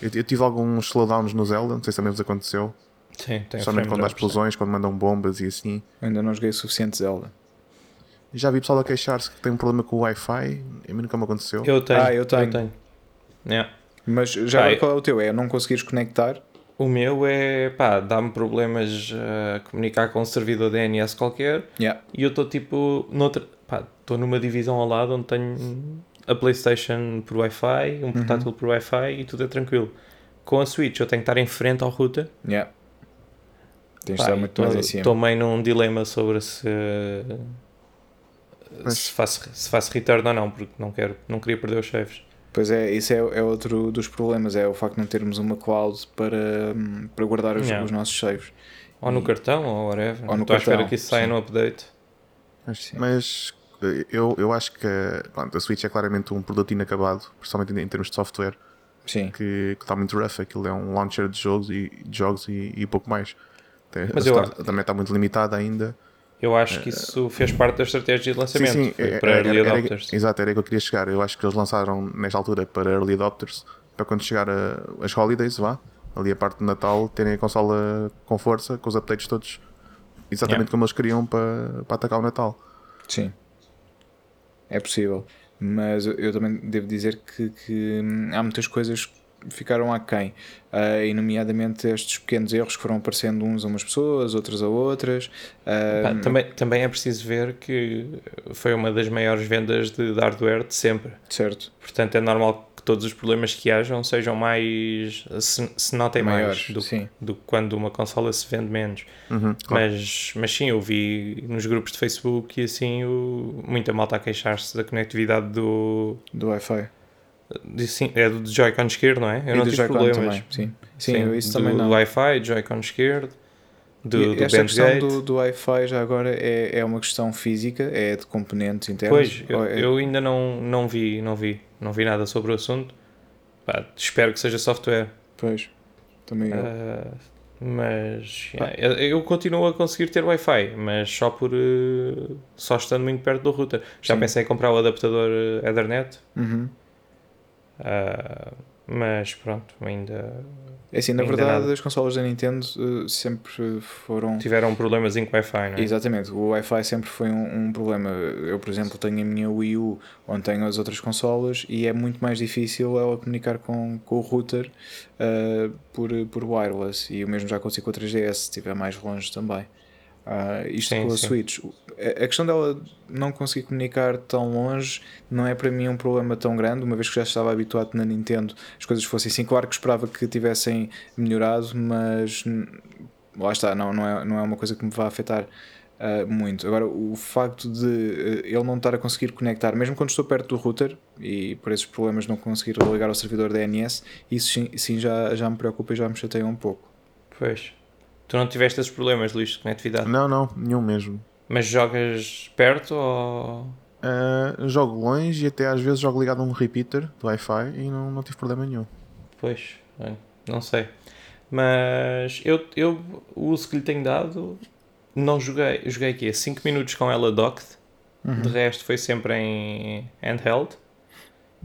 Speaker 3: Eu, eu tive alguns slowdowns no Zelda, não sei se também vos aconteceu.
Speaker 2: Sim, tem
Speaker 3: Principalmente quando há explosões, quando mandam bombas e assim.
Speaker 1: Ainda não joguei o suficiente Zelda.
Speaker 3: Já vi pessoal a queixar-se que tem um problema com o Wi-Fi, a mim nunca me aconteceu.
Speaker 2: Eu tenho.
Speaker 1: Ah, eu tenho.
Speaker 2: Yeah.
Speaker 1: Mas já
Speaker 2: Pá,
Speaker 1: agora
Speaker 2: eu-
Speaker 1: qual é o teu? É não conseguires conectar?
Speaker 2: O meu é, pá, dá-me problemas a comunicar com um servidor DNS qualquer
Speaker 1: Yeah.
Speaker 2: e eu estou tipo, noutra, pá, estou numa divisão ao lado onde tenho a Playstation por Wi-Fi,
Speaker 1: Uhum.
Speaker 2: um portátil por Wi-Fi e tudo é tranquilo. Com a Switch eu tenho que estar em frente ao router
Speaker 1: Yeah. Tens de
Speaker 2: Pá,
Speaker 1: estar
Speaker 2: e
Speaker 1: muito
Speaker 2: tô-
Speaker 1: mais em cima.
Speaker 2: Tô meio num dilema sobre se. Se faço, se faço return ou não, porque não, quero, não queria perder os saves.
Speaker 1: Pois é, isso é, é outro dos problemas, é o facto de não termos uma cloud para, hum, para guardar os,
Speaker 2: Yeah.
Speaker 1: os nossos saves.
Speaker 2: Ou no cartão, ou whatever.
Speaker 1: Ou no
Speaker 2: Estou à espera
Speaker 1: cartão,
Speaker 2: que isso saia
Speaker 1: sim.
Speaker 2: no update.
Speaker 1: Mas,
Speaker 3: Mas eh, eu, eu acho que pronto, a Switch é claramente um produto inacabado, principalmente em- em termos de software.
Speaker 1: sim.
Speaker 3: que está muito rough. Aquilo é um launcher de jogos e, de jogos e, e pouco mais. Tem-
Speaker 2: Mas
Speaker 3: a
Speaker 2: eu-
Speaker 3: Star- também está muito limitada ainda.
Speaker 2: Eu acho que isso fez parte da estratégia de lançamento. foi
Speaker 1: eh,
Speaker 3: é-
Speaker 2: para
Speaker 3: era-
Speaker 2: early
Speaker 3: era-
Speaker 2: adopters.
Speaker 3: exato, era aí que eu queria chegar. Eu acho que eles lançaram nesta altura para early adopters, para quando chegar a- as holidays, vá, ali a parte do Natal, terem a consola com força, com os updates todos, exatamente
Speaker 2: Yeah.
Speaker 3: como eles queriam para, para atacar o Natal.
Speaker 1: Sim. É possível. Mas eu- eu também devo dizer que, que, hum, há muitas coisas ficaram aquém. Uh, e nomeadamente estes pequenos erros que foram aparecendo uns a umas pessoas, outros a outras. Uh,
Speaker 2: Pá, também, também é preciso ver que foi uma das maiores vendas de de hardware de sempre.
Speaker 1: Certo.
Speaker 2: Portanto, é normal que todos os problemas que hajam sejam mais. se, se notem
Speaker 1: Maiores,
Speaker 2: mais do,
Speaker 1: sim.
Speaker 2: do que quando uma consola se vende menos.
Speaker 3: Uhum, claro.
Speaker 2: Mas, mas sim, eu vi nos grupos de Facebook e assim o, muita malta a queixar-se da conectividade do.
Speaker 1: Do Wi-Fi.
Speaker 2: De, sim, é do Joy-Con esquerdo, não é? Eu
Speaker 1: e
Speaker 2: não
Speaker 1: do
Speaker 2: tive
Speaker 1: Joy-Con
Speaker 2: problemas.
Speaker 1: também. Sim, sim, eu isso
Speaker 2: do
Speaker 1: também não.
Speaker 2: Wi-Fi, Joy-Con esquerdo, do,
Speaker 1: E
Speaker 2: do
Speaker 1: esta questão
Speaker 2: Bandgate.
Speaker 1: do, do Wi-Fi já agora é, é uma questão física, é de componentes internos.
Speaker 2: Pois, eu,
Speaker 1: Ou é-
Speaker 2: eu ainda não, não vi, não vi, não vi nada sobre o assunto. Pá, espero que seja software.
Speaker 1: pois. Também eu.
Speaker 2: Ah, mas yeah, eu, eu continuo a conseguir ter Wi-Fi, mas só por eh, só estando muito perto do router. Já
Speaker 1: Sim.
Speaker 2: pensei em comprar o adaptador eh, Ethernet,
Speaker 1: Uhum.
Speaker 2: ah, mas pronto, ainda
Speaker 1: É assim, na
Speaker 2: Ainda
Speaker 1: verdade,
Speaker 2: nada.
Speaker 1: as consolas da Nintendo eh, sempre eh, foram.
Speaker 2: tiveram problemas com Wi-Fi, não é?
Speaker 1: Exatamente, o Wi-Fi sempre foi um, um problema. Eu, por exemplo, tenho a minha Wii U, onde tenho as outras consolas, e é muito mais difícil ela comunicar com, com o router ah, por, por wireless. E o mesmo já consigo com a 3DS, se estiver mais longe também. Ah, isto
Speaker 2: Sim,
Speaker 1: com a
Speaker 2: sim.
Speaker 1: Switch. O- A a questão dela não conseguir comunicar tão longe não é para mim um problema tão grande, uma vez que já estava habituado na Nintendo as coisas fossem assim. Claro que esperava que tivessem melhorado, mas hum, lá está, não, não, é, não é uma coisa que me vá afetar ah, muito. Agora, o facto de ah, ele não estar a conseguir conectar, mesmo quando estou perto do router e por esses problemas não conseguir ligar ao servidor DNS, isso sim, sim já, já me preocupa e já me chateia um pouco.
Speaker 2: Pois. Tu não tiveste esses problemas, Luís, de conectividade.
Speaker 3: Não, não, nenhum mesmo.
Speaker 2: Mas jogas perto ou.
Speaker 3: Ah, jogo longe e até às vezes jogo ligado a um repeater do Wi-Fi e não, não tive problema nenhum.
Speaker 2: Pois, olha, não sei. Mas eu, eu o uso que lhe tenho dado, não joguei, joguei aqui 5 minutos com ela docked, de resto foi sempre em handheld.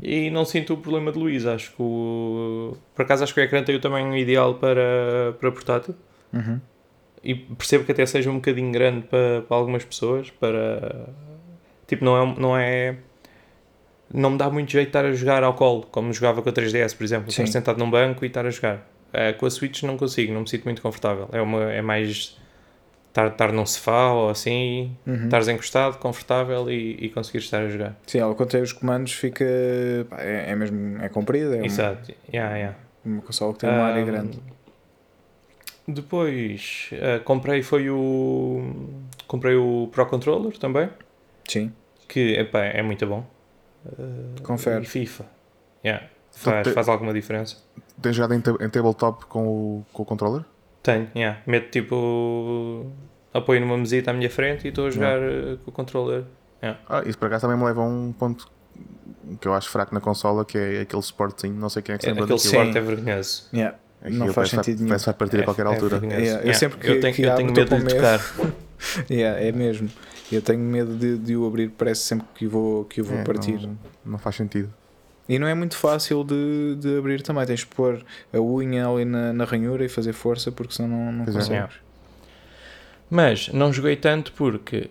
Speaker 2: E não sinto o problema de Luís, acho que o... Por acaso acho que o ecrã tem o tamanho ideal para, para portátil.
Speaker 1: Uhum.
Speaker 2: E percebo que até seja um bocadinho grande para, para algumas pessoas, para... Tipo, não é... Não é... Não me dá muito jeito estar a jogar ao colo, como jogava com a 3DS, por exemplo. Estar
Speaker 1: Sim.
Speaker 2: sentado num banco e estar a jogar. Eh, com a Switch não consigo, não me sinto muito confortável. É, uma, é mais estar, estar num sofá ou assim,
Speaker 1: Uhum.
Speaker 2: estares encostado, confortável e, e conseguir estar a jogar.
Speaker 1: Sim, ao contrário, os comandos fica. pá, É, é mesmo. É comprido, é uma-
Speaker 2: Exato. Yeah, yeah.
Speaker 1: uma consola que tem uma área
Speaker 2: Ahm,
Speaker 1: grande.
Speaker 2: Depois eh, comprei foi o comprei o Pro Controller também,
Speaker 1: Sim,
Speaker 2: que epá, é muito bom. E
Speaker 1: confere.
Speaker 2: FIFA. Yeah. Faz,
Speaker 3: te-
Speaker 2: faz alguma diferença.
Speaker 3: Tens jogado em, ta- em tabletop com o, com o controller?
Speaker 2: Tenho, yeah. meto tipo apoio numa mesita à minha frente e estou a jogar eh, com o controller.
Speaker 3: Ah, isso por acaso também me leva a um ponto que eu acho fraco na consola, que é aquele suportezinho, não sei quem é que se
Speaker 2: É,
Speaker 3: lembra
Speaker 2: aquele
Speaker 3: daquilo.
Speaker 1: suporte.
Speaker 2: suporte é vergonhoso.
Speaker 1: Yeah.
Speaker 3: Aquilo
Speaker 1: Não faz
Speaker 3: parece que vai-
Speaker 1: sentido nenhum.
Speaker 3: Parece que vai partir
Speaker 2: É-
Speaker 3: a qualquer
Speaker 2: é
Speaker 3: altura.
Speaker 2: vergonhoso.
Speaker 1: Yeah, eu
Speaker 2: Yeah.
Speaker 1: sempre que-
Speaker 2: eu tenho,
Speaker 1: que
Speaker 2: eu
Speaker 1: abro,
Speaker 2: tenho
Speaker 1: tô
Speaker 2: medo de
Speaker 1: com
Speaker 2: lhe
Speaker 1: medo.
Speaker 2: tocar.
Speaker 1: Yeah, é mesmo. Eu tenho medo de, de o abrir, parece sempre que o vou, que o vou
Speaker 3: É,
Speaker 1: partir.
Speaker 3: Não, não faz sentido.
Speaker 1: E não é muito fácil de, de abrir também. Tens de pôr a unha ali na, na ranhura e fazer força, porque senão não, não
Speaker 3: Pois é.
Speaker 1: consegues.
Speaker 2: Yeah. Mas não joguei tanto porque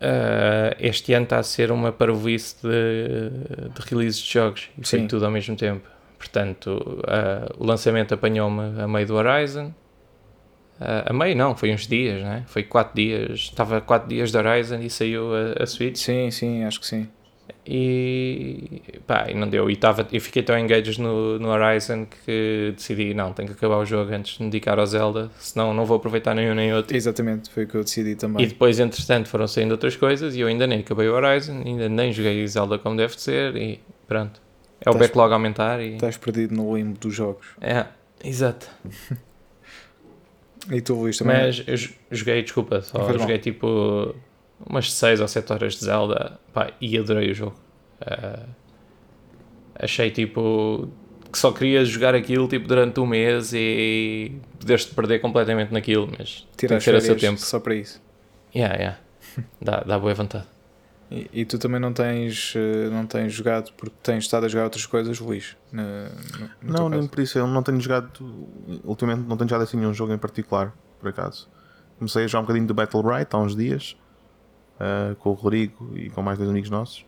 Speaker 2: ah, este ano está a ser uma parvoíce de, de releases de jogos e foi
Speaker 1: Sim.
Speaker 2: tudo ao mesmo tempo. Portanto, ah, o lançamento apanhou-me a meio do Horizon. Ah, a meio não, foi uns dias, né? Foi quatro dias. Estava quatro dias do Horizon e saiu a, a Switch
Speaker 1: Sim, sim, acho que sim.
Speaker 2: e pá, e não deu. E tava, eu fiquei tão engaged no, no Horizon que decidi, não, tenho que acabar o jogo antes de me dedicar ao Zelda, senão não vou aproveitar nenhum nem outro.
Speaker 1: Exatamente, foi o que eu decidi
Speaker 2: E
Speaker 1: também.
Speaker 2: depois, entretanto, foram saindo outras coisas e eu ainda nem acabei o Horizon, ainda nem joguei Zelda como deve de ser e pronto. É o
Speaker 1: Tás-
Speaker 2: backlog a aumentar e.
Speaker 1: Estás perdido no limbo dos jogos.
Speaker 2: É, exato.
Speaker 1: E tu, Luís, também. é.
Speaker 2: Mas eu jo- joguei, desculpa, só
Speaker 1: Não faz mal.
Speaker 2: joguei tipo umas 6 ou 7 horas de Zelda pá, e adorei o jogo. Ah, achei tipo que só queria jogar aquilo tipo durante um mês e poderes-te perder completamente naquilo, mas
Speaker 1: Tira
Speaker 2: tem
Speaker 1: as
Speaker 2: que ser a seu
Speaker 1: férias
Speaker 2: tempo.
Speaker 1: só para isso.
Speaker 2: Yeah, yeah. Dá, dá boa vontade.
Speaker 1: E, e tu também não tens, eh, não tens jogado porque tens estado a jogar outras coisas, Luís? Na- no- no
Speaker 3: não,
Speaker 1: teu
Speaker 3: nem
Speaker 1: caso?
Speaker 3: por isso. Eu não tenho jogado. Ultimamente não tenho jogado assim nenhum jogo em particular, por acaso. Comecei a jogar um bocadinho do Battle Bright há uns dias. ah, com o Rodrigo e com mais dois amigos nossos.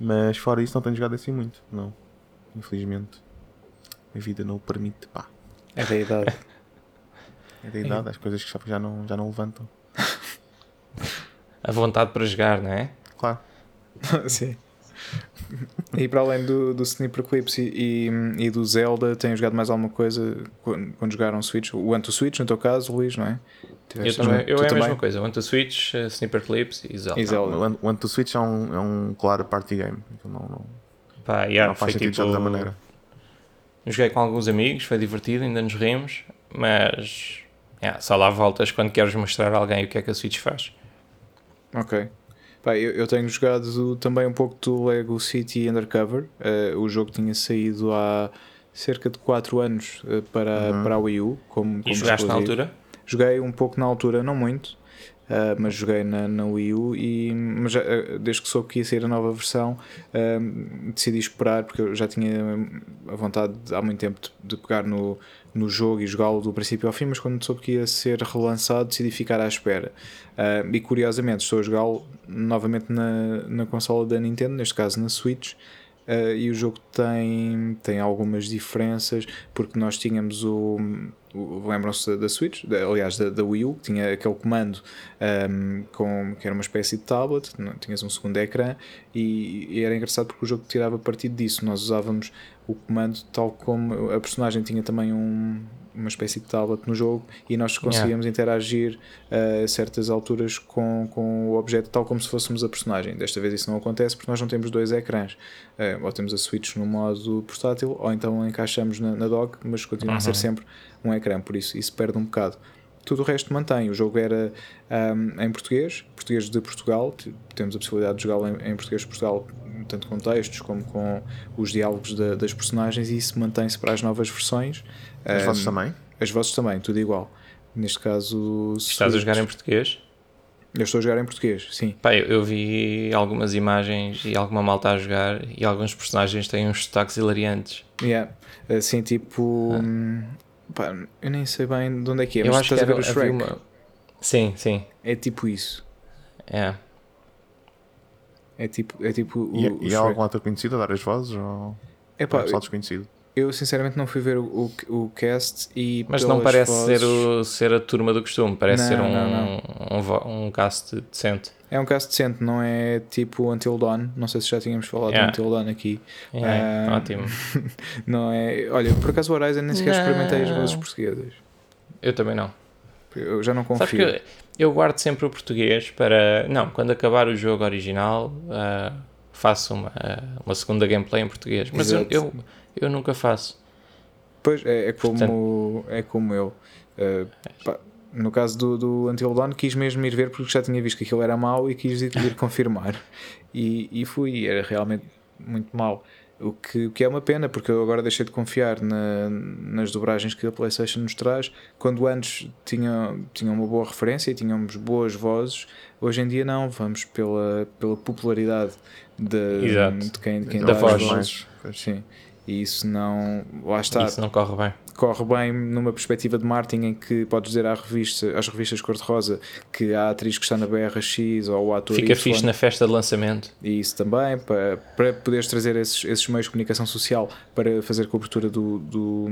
Speaker 3: Mas fora isso não tenho jogado assim muito, não. Infelizmente. a vida não o permite, pá.
Speaker 1: É da idade.
Speaker 3: É da idade, as coisas que já, já não, já não levantam.
Speaker 2: A vontade para jogar, não é?
Speaker 3: Claro.
Speaker 1: Sim. E para além do, do Sniper Clips e, e, e do Zelda, têm jogado mais alguma coisa quando, quando jogaram Switch? O Anto Switch, no teu caso, Luís, não é?
Speaker 2: Eu
Speaker 1: Tiveste-
Speaker 2: também. Eu
Speaker 1: Tu
Speaker 2: é a
Speaker 1: também?
Speaker 2: mesma coisa. One to Switch, eh, Sniper Clips e Zelda.
Speaker 1: E Zelda.
Speaker 3: O One- One to Switch é um, é um claro party game. Aquilo Não, não,
Speaker 2: Pá, yeah,
Speaker 3: não faz
Speaker 2: foi
Speaker 3: sentido
Speaker 2: tipo...
Speaker 3: de outra maneira.
Speaker 2: Joguei com alguns amigos, foi divertido, ainda nos rimos, mas yeah, só lá voltas quando queres mostrar a alguém o que é que a Switch faz.
Speaker 1: Ok. Pá, eu, eu tenho jogado também um pouco do Lego City Undercover. Eh, o jogo tinha saído há cerca de 4 anos eh, para, para a Wii U. Como,
Speaker 2: Uhum. E
Speaker 1: como
Speaker 2: jogaste na
Speaker 1: exclusivo.
Speaker 2: altura?
Speaker 1: Joguei um pouco na altura, não muito, ah, mas joguei na, na Wii U e mas já, ah, desde que soube que ia sair a nova versão ah, decidi esperar porque eu já tinha a vontade de- há muito tempo de, de pegar no, no jogo e jogá-lo do princípio ao fim, mas quando soube que ia ser relançado decidi ficar à espera. Ah, e curiosamente estou a jogá-lo novamente na, na consola da Nintendo, neste caso na Switch. ah, e o jogo tem, tem algumas diferenças, porque nós tínhamos o, o- lembram-se da Switch, da- aliás da, da Wii U, que tinha aquele comando ahm, com, que era uma espécie de tablet, não- tinhas um segundo ecrã e, e era engraçado porque o jogo tirava partido disso. Nós usávamos o comando tal como a personagem tinha também um- uma espécie de tablet no jogo e nós conseguíamos interagir ah, a certas alturas com, com o objeto tal como se fôssemos a personagem. Desta vez isso não acontece porque nós não temos dois ecrãs. Ah, ou temos a Switch no modo portátil ou então encaixamos na, na dock, mas continua a ser sempre um ecrã, por isso isso perde um bocado. Tudo o resto mantém. O jogo era ahm, em português, português de Portugal, t- temos a possibilidade de jogá-lo em, em português de Portugal, tanto com textos como com os diálogos da- das personagens, e isso mantém-se para as novas versões.
Speaker 3: As
Speaker 2: é,
Speaker 1: Ahm,
Speaker 3: vossas também?
Speaker 1: As vossas também, tudo igual. Neste caso,
Speaker 2: Estás a jogar em
Speaker 1: Switch-
Speaker 2: português?
Speaker 1: Eu estou a jogar em português, sim.
Speaker 2: Pá, eu, eu vi algumas imagens e alguma malta a jogar e alguns personagens têm uns sotaques hilariantes.
Speaker 1: Yeah. Assim, tipo. hum, pá, eu nem sei bem de onde é que é,
Speaker 2: Ah. eu
Speaker 1: mas
Speaker 2: acho que
Speaker 1: estás a
Speaker 2: era,
Speaker 1: ver o
Speaker 2: havia
Speaker 1: Shrek.
Speaker 2: uma... Sim, sim.
Speaker 1: É tipo isso.
Speaker 2: É.
Speaker 1: É tipo, é tipo o,
Speaker 3: E,
Speaker 1: o
Speaker 3: e há
Speaker 1: Shrek.
Speaker 3: algum ator conhecido a dar as vozes? Ou
Speaker 1: Epá,
Speaker 3: é pessoal desconhecido?
Speaker 1: Eu sinceramente não fui ver o, o, o cast e.
Speaker 2: Mas não
Speaker 1: pelas
Speaker 2: parece
Speaker 1: Então vozes-
Speaker 2: ser, o- ser a turma do costume, parece
Speaker 1: Não,
Speaker 2: ser um,
Speaker 1: não,
Speaker 2: um, vo- um cast decente.
Speaker 1: É um cast decente, não é tipo Until Dawn. Não sei se já tínhamos falado
Speaker 2: Yeah.
Speaker 1: de Until Dawn aqui.
Speaker 2: É,
Speaker 1: Ah,
Speaker 2: Ótimo.
Speaker 1: Não é. Olha, por acaso o Horizon nem sequer
Speaker 2: Não.
Speaker 1: experimentei as vozes portuguesas.
Speaker 2: Eu também não.
Speaker 1: Eu já não
Speaker 2: Sabes que
Speaker 1: confio.
Speaker 2: eu, eu guardo sempre o português para. Não, quando acabar o jogo original, ah, faço uma, ah, uma segunda gameplay em português. Mas eu,
Speaker 1: Exato.
Speaker 2: eu, eu nunca faço.
Speaker 1: Pois é, é como, é como eu. Uh, pá, no caso do, do Until Dawn, quis mesmo ir ver porque já tinha visto que aquilo era mau e quis ir, ir confirmar. E, e fui, e era realmente muito mau. O que, o que é uma pena, porque eu agora deixei de confiar na- nas dobragens que a PlayStation nos traz. Quando antes tinha, tinha uma boa referência e tínhamos boas vozes, hoje em dia não. Vamos pela, pela popularidade de,
Speaker 2: Exato.
Speaker 1: de quem, de quem
Speaker 3: Então,
Speaker 2: Da
Speaker 1: dá as
Speaker 2: voz.
Speaker 1: vozes.
Speaker 3: Mais, pois.
Speaker 1: Sim. E isso não. Lá está
Speaker 2: Isso não corre bem.
Speaker 1: corre bem numa perspectiva de marketing em que podes dizer à revista, às revistas cor-de-rosa que a atriz que está na BRX ou o ator
Speaker 2: Fica
Speaker 1: Y,
Speaker 2: fixe né? na festa de lançamento.
Speaker 1: e isso também para, para poderes trazer esses, esses meios de comunicação social para fazer cobertura do, do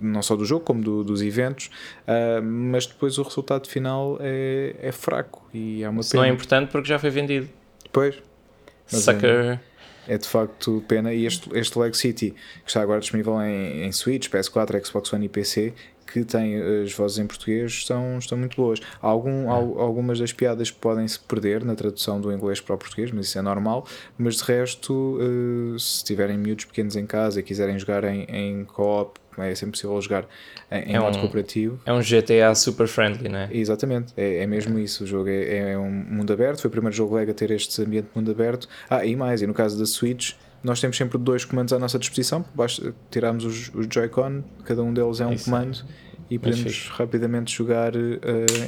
Speaker 1: não só do jogo como do- dos eventos ah, mas depois o resultado final é, é fraco e é uma
Speaker 2: Isso
Speaker 1: pena
Speaker 2: não é importante porque já foi vendido.
Speaker 1: depois Mas
Speaker 2: Sucker.
Speaker 1: é de facto pena. E este, este Lego City, que está agora disponível em, em Switch, PS4, Xbox One e PC, que tem eh, as vozes em português, estão, estão muito boas. Há
Speaker 2: É.
Speaker 1: Algum, al- algumas das piadas podem-se perder na tradução do inglês para o português, mas isso é normal. Mas de resto, eh, se tiverem miúdos pequenos em casa e quiserem jogar em, em co-op, é sempre possível jogar em, em
Speaker 2: É
Speaker 1: modo
Speaker 2: um-
Speaker 1: cooperativo.
Speaker 2: É um GTA super friendly, né?
Speaker 1: Exatamente, é, é mesmo isso. O jogo é, é um mundo aberto. Foi o primeiro jogo Lego a ter este ambiente de mundo aberto. Ah, e mais, e no caso da Switch, nós temos sempre dois comandos à nossa disposição. Basta tirarmos os, os Joy-Con, cada um deles é um
Speaker 2: Isso.
Speaker 1: comando e podemos
Speaker 2: fixe.
Speaker 1: rapidamente jogar eh,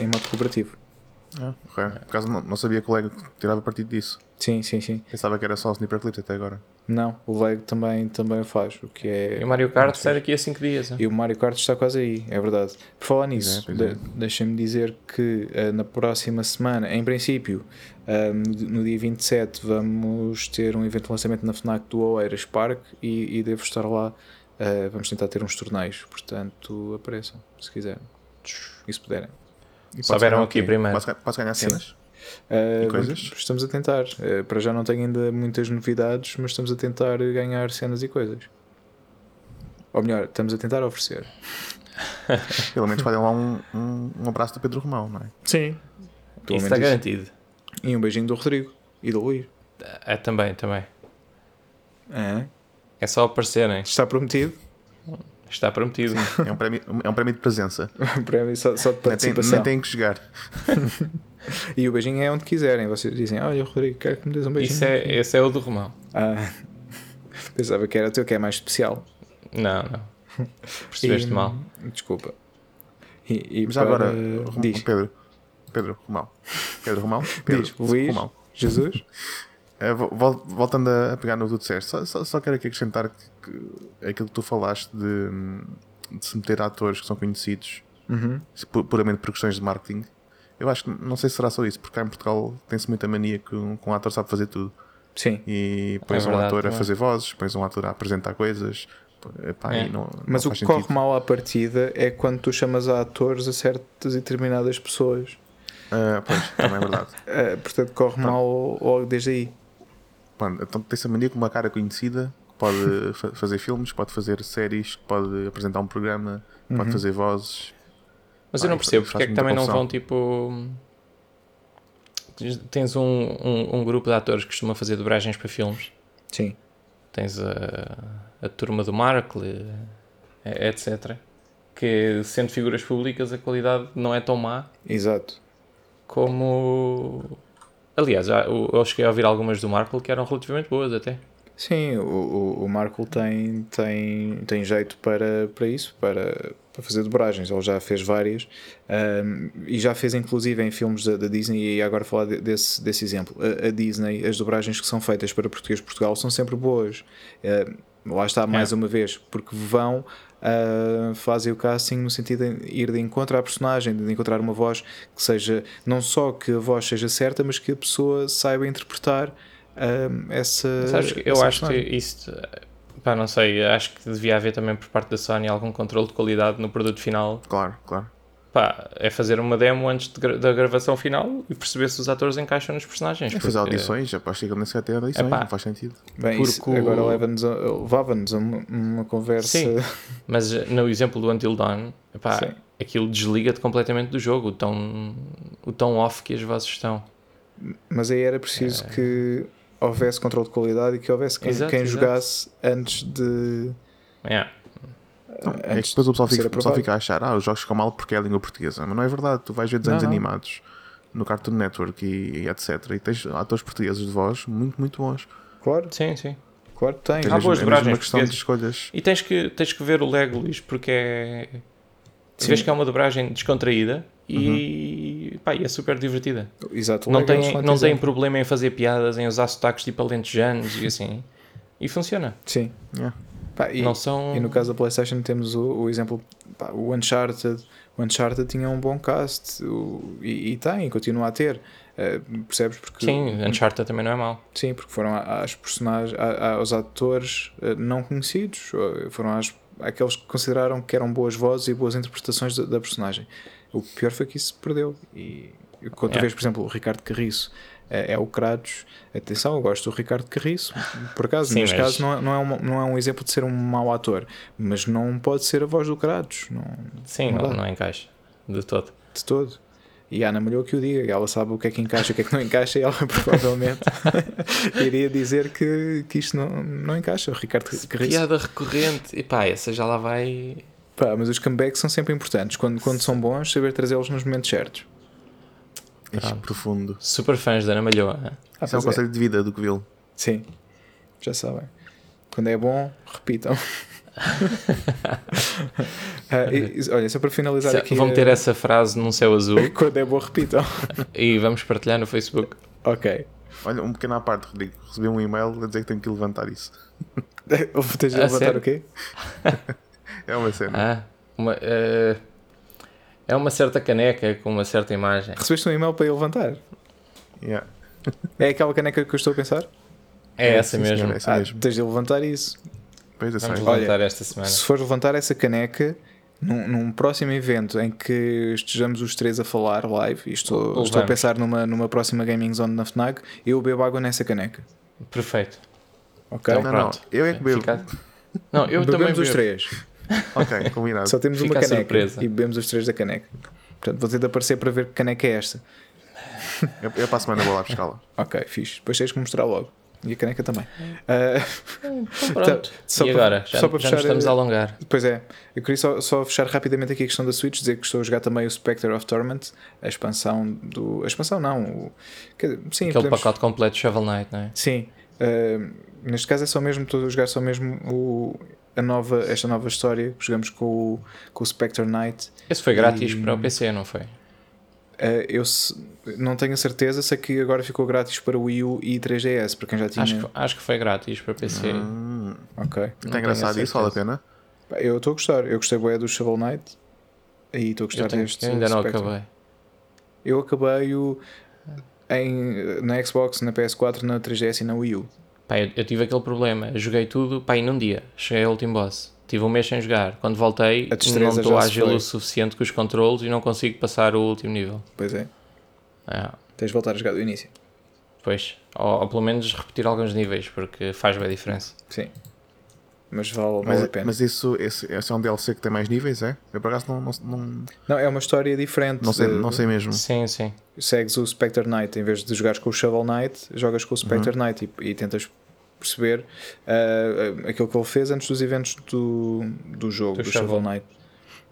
Speaker 1: em modo cooperativo. é.
Speaker 3: Ah, ok. Por acaso não, não sabia que o Lego tirava partido disso.
Speaker 1: Sim, sim, sim.
Speaker 3: Pensava que era só o Sniper Clips até agora.
Speaker 1: Não, o Lego também, também o faz, o que é.
Speaker 2: E o Mario Kart sai daqui a 5 dias. né?
Speaker 1: E o Mario Kart está quase aí, é verdade. Por falar nisso,
Speaker 3: pois
Speaker 1: de-
Speaker 3: é.
Speaker 1: deixem-me dizer que eh, na próxima semana, em princípio, ah, no- no dia 27, vamos ter um evento de lançamento na FNAC do Oeiras Park e, e devo estar lá ah, Uh, vamos tentar ter uns torneios, portanto, apareçam, se quiserem. E se puderem.
Speaker 3: E
Speaker 2: Só
Speaker 3: podes
Speaker 2: vieram
Speaker 3: ganhar o
Speaker 2: aqui
Speaker 3: quê?
Speaker 2: primeiro.
Speaker 3: Podes, ga- podes ganhar
Speaker 1: Sim.
Speaker 3: cenas?
Speaker 1: Uh,
Speaker 3: E coisas?
Speaker 1: vamos- Estamos a tentar. Uh, para já não tenho ainda muitas novidades, mas estamos a tentar ganhar cenas e coisas. Ou melhor, estamos a tentar oferecer.
Speaker 3: Pelo menos fazem lá um, um, um abraço do Pedro Romão, não é?
Speaker 4: Sim.
Speaker 1: Pelo menos
Speaker 2: Isso está
Speaker 3: tá
Speaker 1: isso.
Speaker 2: garantido.
Speaker 1: E um beijinho do Rodrigo e do Luís.
Speaker 2: É, também, também.
Speaker 1: É,
Speaker 2: É só aparecerem.
Speaker 1: Está prometido.
Speaker 2: Está prometido.
Speaker 3: É um prémio, é um prémio de presença.
Speaker 1: Um prémio só, só de
Speaker 3: Nem tem,
Speaker 1: participação.
Speaker 3: nem tem que chegar.
Speaker 1: E o beijinho é onde quiserem. Vocês dizem: Olha, Rodrigo, quero que me des um beijinho.
Speaker 2: Isso é, esse é o do Romão.
Speaker 1: Ah, pensava que era o teu, que é mais especial.
Speaker 2: Não, não. Percebeste
Speaker 1: E-
Speaker 2: mal.
Speaker 1: Desculpa. E, e
Speaker 3: Mas
Speaker 1: para-
Speaker 3: agora, Rom-
Speaker 1: diz,
Speaker 3: Pedro. Pedro Romão. Pedro Romão. Pedro
Speaker 1: diz, Luís,
Speaker 3: Romão.
Speaker 1: Jesus,
Speaker 3: Eh, vol- vol- Voltando a a pegar no que tu disseste, só, só, só quero aqui acrescentar que, que aquilo que tu falaste de, de se meter a atores que são conhecidos
Speaker 1: Uhum.
Speaker 3: se pu- puramente por questões de marketing. Eu acho que não sei se será só isso, porque cá em Portugal tem-se muita mania que um, que um ator sabe fazer tudo.
Speaker 1: sim.
Speaker 3: E pões
Speaker 2: É
Speaker 3: um
Speaker 2: verdade,
Speaker 3: ator a
Speaker 2: também.
Speaker 3: fazer vozes, pões um ator a apresentar coisas. Epá,
Speaker 2: É.
Speaker 3: e não,
Speaker 1: Mas o
Speaker 3: não faz
Speaker 1: que corre
Speaker 3: sentido.
Speaker 1: mal à partida é quando tu chamas a atores a certas e determinadas pessoas.
Speaker 3: Ah, pois, também é verdade.
Speaker 1: Ah, portanto, corre mal logo desde aí.
Speaker 3: Mano, então tem-se a mania com uma cara conhecida que pode fa- fazer filmes, pode fazer séries, que pode apresentar um programa, que pode fazer vozes.
Speaker 2: Mas
Speaker 3: Pá,
Speaker 2: eu não
Speaker 3: isso-
Speaker 2: percebo
Speaker 3: isso
Speaker 2: porque é que
Speaker 3: faz muita
Speaker 2: também não
Speaker 3: confusão.
Speaker 2: vão tipo. Tens- Tens um, um, um grupo de atores que costuma fazer dobragens para filmes.
Speaker 1: Sim.
Speaker 2: Tens a, a turma do Markle, eh, etc. Que sendo figuras públicas a qualidade não é tão má
Speaker 1: Exato.
Speaker 2: como. Aliás, já- eu eu cheguei a ouvir algumas do Markle que eram relativamente boas até.
Speaker 1: Sim, o, o, o Marco tem, tem, tem jeito para, para isso, para, para fazer dobragens. Ele já fez várias ahm, e já fez inclusive em filmes da, da Disney. E agora falar de- desse, desse exemplo: a, a Disney, as dobragens que são feitas para português de Portugal são sempre boas. Ahm, lá está,
Speaker 2: É.
Speaker 1: mais uma vez, porque vão. ah, fazem o casting no sentido de ir de encontro à personagem, de encontrar uma voz que seja, não só que a voz seja certa, mas que a pessoa saiba interpretar ahm,
Speaker 3: Eh,
Speaker 1: essa,
Speaker 2: Sabes que eu
Speaker 3: é
Speaker 1: essa
Speaker 2: acho que
Speaker 1: personagem.
Speaker 2: isso. Pá, não sei, acho que devia haver também por parte da Sony algum controle de qualidade no produto final
Speaker 3: Claro, claro.
Speaker 2: pá, é fazer uma demo antes de gra- da gravação final e perceber se os atores encaixam nos personagens.
Speaker 3: É fazer
Speaker 2: porque-
Speaker 3: audições, aposto que ele nem sequer tem audições,
Speaker 2: Epá.
Speaker 3: não faz sentido.
Speaker 1: Bem, isso
Speaker 2: Porque o-
Speaker 1: agora leva-nos a- levava-nos a uma, uma conversa.
Speaker 2: Sim. Mas eh, no exemplo do Until Dawn, pá,
Speaker 1: Sim.
Speaker 2: aquilo desliga-te completamente do jogo, o tão, o tão off que as vozes estão.
Speaker 1: Mas aí era preciso que houvesse controle de qualidade e que houvesse quem,
Speaker 2: É. Exato,
Speaker 1: quem
Speaker 2: exato.
Speaker 1: jogasse antes de.
Speaker 2: É.
Speaker 3: Então, é que
Speaker 1: antes
Speaker 3: depois o pessoal
Speaker 1: de ser
Speaker 3: fica, o pessoal
Speaker 1: aprovado.
Speaker 3: fica a achar, ah, os jogos ficam mal porque é a língua portuguesa. Mas não é verdade, tu vais ver desenhos
Speaker 1: Não, não.
Speaker 3: animados no Cartoon Network e, e etc. E tens atores portugueses de voz muito, muito bons.
Speaker 1: Claro,
Speaker 2: Sim, sim.
Speaker 1: claro que tem.
Speaker 3: Tens
Speaker 2: Há
Speaker 3: mesmo-
Speaker 2: boas
Speaker 3: é mesmo uma
Speaker 2: dobragens
Speaker 3: questão de
Speaker 2: portuguesas.
Speaker 3: escolhas.
Speaker 2: E tens que, tens que ver o Legolas porque é. Tu
Speaker 1: Sim.
Speaker 2: vês que é uma dobragem descontraída
Speaker 3: Uhum.
Speaker 2: e, pá, e é super divertida.
Speaker 1: Exato,
Speaker 2: Não
Speaker 1: legal,
Speaker 2: tem, não
Speaker 1: excelente
Speaker 2: tem
Speaker 1: exemplo.
Speaker 2: problema em fazer piadas, em usar sotaques tipo alentejanos e assim. E funciona.
Speaker 1: Sim.
Speaker 3: Yeah.
Speaker 1: Pá, e,
Speaker 2: não são.
Speaker 1: e no caso da PlayStation temos o, o exemplo. pá, o Uncharted. O Uncharted tinha um bom cast o- e, e tem, e continua a ter. Eh, percebes? Porque
Speaker 2: Sim, Uncharted também não é mau.
Speaker 1: Sim, porque foram a- às personagens, a- aos atores eh, não conhecidos, ou foram às, àqueles que consideraram que eram boas vozes e boas interpretações da, da personagem. O pior foi que isso se perdeu. E quando tu
Speaker 2: É.
Speaker 1: vês, por exemplo, o Ricardo Carriço eh, é o Kratos, atenção, eu gosto do Ricardo Carriço, por acaso,
Speaker 2: Sim,
Speaker 1: neste
Speaker 2: mas-
Speaker 1: caso não é, não, é uma- não é um exemplo de ser um mau ator, mas não pode ser a voz do Kratos, não,
Speaker 2: Sim,
Speaker 1: Não
Speaker 2: não,
Speaker 1: dá.
Speaker 2: não encaixa de todo.
Speaker 1: de todo. E a Ana Malhou que o diga, ela sabe o que é que encaixa e o que é que não encaixa, e ela provavelmente iria dizer que, que isto não, não encaixa. O Ricardo Carriço.
Speaker 2: Piada recorrente, e pá, essa já lá vai.
Speaker 1: Pá, mas os comebacks são sempre importantes. Quando, quando são bons, saber trazê-los nos momentos certos.
Speaker 3: Isto é profundo.
Speaker 2: Super fãs da Ana Malhoa. né?
Speaker 1: Ah,
Speaker 3: Isso é um
Speaker 1: pois é.
Speaker 3: conselho de vida do que viu.
Speaker 1: Sim, já sabem. Quando é bom, repitam. Ah, e- e- olha, só para finalizar
Speaker 2: Se-
Speaker 1: aqui.
Speaker 2: Vão
Speaker 1: eh,
Speaker 2: meter essa frase num céu azul
Speaker 1: Quando é bom, repitam.
Speaker 2: e vamos partilhar no Facebook.
Speaker 1: ok.
Speaker 3: Olha, um pequeno à parte, Rodrigo. Recebi um e-mail a dizer que tenho que levantar isso.
Speaker 1: Tens de
Speaker 2: Ah,
Speaker 1: levantar
Speaker 2: sério?
Speaker 1: o quê?
Speaker 3: É uma cena.
Speaker 2: Ah, uma, eh, é uma certa caneca com uma certa imagem.
Speaker 1: Recebeste um e-mail para eu levantar?
Speaker 3: Yeah.
Speaker 1: É aquela caneca que eu estou a pensar?
Speaker 2: É, essa
Speaker 3: sim, senhor,
Speaker 2: mesmo.
Speaker 3: é essa
Speaker 1: ah,
Speaker 3: mesmo. é,
Speaker 1: tens de levantar isso.
Speaker 3: Depois
Speaker 2: Vamos
Speaker 3: aceito.
Speaker 1: lá.
Speaker 2: levantar esta semana.
Speaker 1: Se fores levantar essa caneca num, num próximo evento em que estejamos os três a falar live, e estou,
Speaker 2: Ou
Speaker 1: estou a
Speaker 2: vamos.
Speaker 1: pensar numa, numa próxima Gaming Zone na Fnac, eu bebo água nessa caneca.
Speaker 2: Perfeito.
Speaker 1: Ok?
Speaker 3: Não, não,
Speaker 2: Pronto.
Speaker 3: eu é que bebo.
Speaker 2: Fica- Não, Então, eu também
Speaker 1: Bebemos os
Speaker 2: bebo.
Speaker 1: três.
Speaker 3: Ok, combinado.
Speaker 1: Só temos
Speaker 2: Fica
Speaker 1: uma
Speaker 2: a
Speaker 1: caneca
Speaker 2: surpresa.
Speaker 1: e bebemos os três da caneca. Portanto, vou ter de aparecer para ver que caneca é esta.
Speaker 3: Eu, eu para a semana vou lá buscá-la.
Speaker 1: Ok, fixe. Depois tens que mostrar logo. E a caneca também.
Speaker 2: Hum.
Speaker 1: Ah,
Speaker 2: Então, pronto.
Speaker 1: Tá, só
Speaker 2: e
Speaker 1: para-
Speaker 2: agora? Já,
Speaker 1: só para
Speaker 2: já
Speaker 1: fechar,
Speaker 2: nos estamos
Speaker 1: eh,
Speaker 2: a alongar.
Speaker 1: Pois é, eu queria só, só fechar rapidamente aqui a questão da Switch, dizer que estou a jogar também o Spectre of Torment, a expansão do. A expansão não, o. quer dizer, Sim,
Speaker 2: Aquele
Speaker 1: podemos-
Speaker 2: pacote completo de Shovel Knight, não é?
Speaker 1: Sim, ahm, neste caso é só mesmo, estou a jogar só mesmo o, a nova, esta nova história que jogamos com o, com o Spectre Knight.
Speaker 2: Esse foi grátis
Speaker 1: E-
Speaker 2: para o PC, não foi?
Speaker 1: Ah, eu se- não tenho a certeza, sei que agora ficou grátis para o Wii U e 3DS, para quem já tinha.
Speaker 2: Acho, que- acho que foi grátis para PC.
Speaker 1: Ah.
Speaker 3: Hum,
Speaker 1: Ok.
Speaker 2: Não
Speaker 3: está engraçado
Speaker 2: tenho a
Speaker 3: isso, vale a pena?
Speaker 1: Pá, Eu estou a gostar, eu gostei bué do Shovel Knight e estou a gostar
Speaker 2: Eu, tenho-
Speaker 1: deste.
Speaker 2: eu ainda não
Speaker 1: Spectre.
Speaker 2: acabei.
Speaker 1: Eu acabei o em, na Xbox, na PS4, na 3DS e na Wii U.
Speaker 2: Pá, eu, eu tive aquele problema. Joguei tudo, pá, e num dia. Cheguei ao último boss. Tive um mês sem jogar. Quando voltei,
Speaker 1: A destreza
Speaker 2: não
Speaker 1: já
Speaker 2: estou
Speaker 1: se
Speaker 2: ágil
Speaker 1: foi.
Speaker 2: o suficiente com os controles e não consigo passar o último nível.
Speaker 1: Pois é,
Speaker 2: Ah,
Speaker 1: tens de voltar a jogar do início.
Speaker 2: pois. Ou, ou pelo menos repetir alguns níveis, porque faz bem a diferença.
Speaker 1: Sim. Mas vale, vale
Speaker 3: Mas, é,
Speaker 1: a pena.
Speaker 3: mas isso esse, esse é um DLC que tem mais níveis, é? Eu por acaso não, não, não,
Speaker 1: Não, é uma história diferente.
Speaker 3: não sei,
Speaker 1: de-
Speaker 3: não sei
Speaker 1: Hum.
Speaker 3: mesmo.
Speaker 2: Sim, sim.
Speaker 1: Segues o Spectre Knight, em vez de jogares com o Shovel Knight, jogas com o Spectre Knight e, e tentas perceber ah, ah, aquilo que ele fez antes dos eventos do, do jogo, do,
Speaker 2: Do
Speaker 1: Shovel
Speaker 2: Shovel.
Speaker 1: Knight.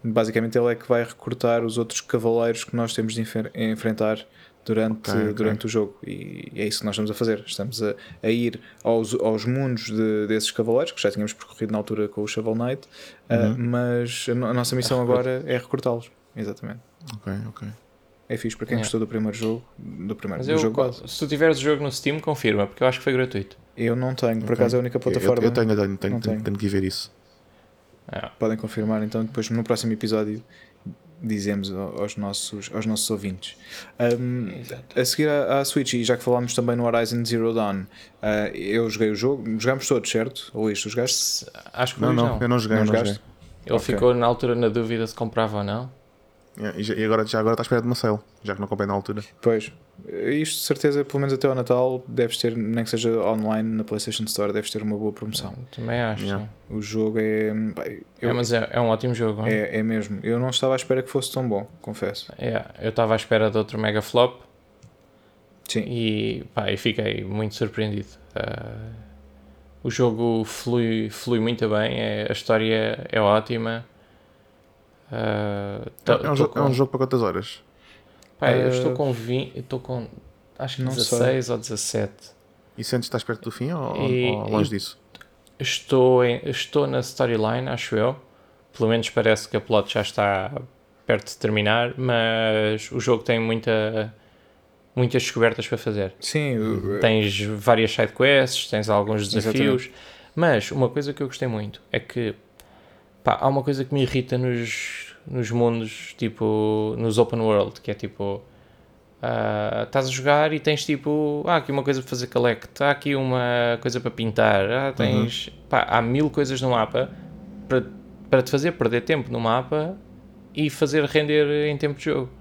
Speaker 1: Basicamente, ele é que vai recrutar os outros cavaleiros que nós temos de enfer- enfrentar durante,
Speaker 3: Ok, ok.
Speaker 1: durante o jogo. E, e é isso que nós estamos a fazer. Estamos a, a ir aos, aos mundos de- desses cavaleiros que já tínhamos percorrido na altura com o Shovel Knight, ah, mas a, no- a nossa missão agora é recrutá-los. Exatamente.
Speaker 3: Ok, ok.
Speaker 1: É fixe para quem
Speaker 2: Yeah.
Speaker 1: gostou do primeiro jogo, do primeiro
Speaker 2: Mas
Speaker 1: do
Speaker 2: eu,
Speaker 1: jogo base.
Speaker 2: se tu tiveres o jogo no Steam, confirma, porque eu acho que foi gratuito.
Speaker 1: Eu não tenho, por
Speaker 3: Ok.
Speaker 1: acaso é a única
Speaker 3: Eu-
Speaker 1: plataforma.
Speaker 3: Eu, eu tenho, eu tenho, tenho,
Speaker 1: Não
Speaker 3: tenho,
Speaker 1: tenho.
Speaker 3: tenho que ir ver isso.
Speaker 2: Ah,
Speaker 1: Podem confirmar então, depois no próximo episódio dizemos ao- aos nossos, aos nossos ouvintes. Ahm,
Speaker 2: exato.
Speaker 1: a seguir à, à Switch, e já que falámos também no Horizon Zero Dawn, ah, eu joguei o jogo, jogámos todos, certo? Ou isto, os gajos?
Speaker 2: Acho que o
Speaker 3: Não,
Speaker 2: Luís
Speaker 3: não,
Speaker 2: não.
Speaker 3: eu não joguei,
Speaker 1: Não
Speaker 3: não,
Speaker 1: jogaste?
Speaker 3: joguei.
Speaker 2: Ele
Speaker 1: Ok.
Speaker 2: ficou na altura na dúvida se comprava ou não.
Speaker 3: Yeah, É, E, já- e agora, já agora está à espera de uma sale, já que não comprei na altura.
Speaker 1: Pois. Isto, de certeza, pelo menos até ao Natal, deves ter, nem que seja online na PlayStation Store, deves ter uma boa promoção.
Speaker 2: Também acho.
Speaker 3: Yeah.
Speaker 2: sim.
Speaker 1: O jogo é. pá, eu-
Speaker 2: É, mas é, é um ótimo jogo. hein?
Speaker 1: é, é mesmo. Eu não estava à espera que fosse tão bom, confesso.
Speaker 2: Yeah, Eu estava à espera de outro mega flop
Speaker 1: Sim.
Speaker 2: e, pá, e fiquei muito surpreendido. Ah, o jogo flui, flui muito bem, é- a história é ótima. Ah,
Speaker 1: Tá,
Speaker 2: tô-
Speaker 3: é, um
Speaker 2: tô
Speaker 3: eh, jogo,
Speaker 2: com-
Speaker 3: é um jogo para quantas horas?
Speaker 2: pá, eu
Speaker 1: Ah,
Speaker 2: estou com 20, eu estou com acho que
Speaker 1: não sei.
Speaker 2: 16 ou 17.
Speaker 3: E sentes que estás perto do fim ou, ou-
Speaker 2: E-
Speaker 3: ou longe
Speaker 2: e-
Speaker 3: disso?
Speaker 2: Estou, em- estou na storyline, acho eu. Pelo menos parece que a plot já está perto de terminar, mas o jogo tem muita, muitas descobertas para fazer.
Speaker 1: Sim, o-
Speaker 2: Tens várias sidequests, tens alguns
Speaker 1: É. Exatamente.
Speaker 2: desafios, mas uma coisa que eu gostei muito é que pá, há uma coisa que me irrita nos, nos mundos, tipo, nos open world, que é tipo. ah, estás a jogar e tens tipo, ah, aqui uma coisa para fazer collect, há aqui uma coisa para pintar, ah, tens, pá, há mil coisas no mapa para, para te fazer perder tempo no mapa e fazer render em tempo de jogo.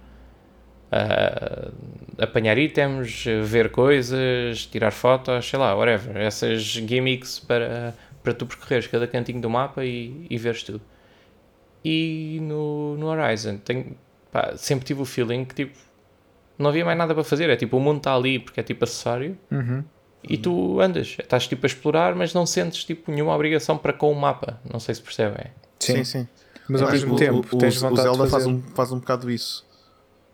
Speaker 2: Ah, apanhar itens, ver coisas, tirar fotos, sei lá, whatever. Essas gimmicks para, para tu percorreres cada cantinho do mapa e, e veres tudo. E no, no Horizon, tenho, pá, sempre tive o feeling que tipo, não havia mais nada para fazer. É tipo, o mundo está ali porque é tipo acessório
Speaker 1: Uhum.
Speaker 2: e tu andas. Estás tipo a explorar, mas não sentes tipo nenhuma obrigação para com o mapa. Não sei se percebem.
Speaker 1: Sim.
Speaker 3: sim.
Speaker 1: Mas ao
Speaker 3: Acho
Speaker 1: mesmo
Speaker 3: que o-
Speaker 1: tempo,
Speaker 3: o,
Speaker 1: tens
Speaker 3: o
Speaker 1: vontade
Speaker 3: Zelda
Speaker 1: de
Speaker 3: faz,
Speaker 1: fazer.
Speaker 3: um, faz um bocado isso.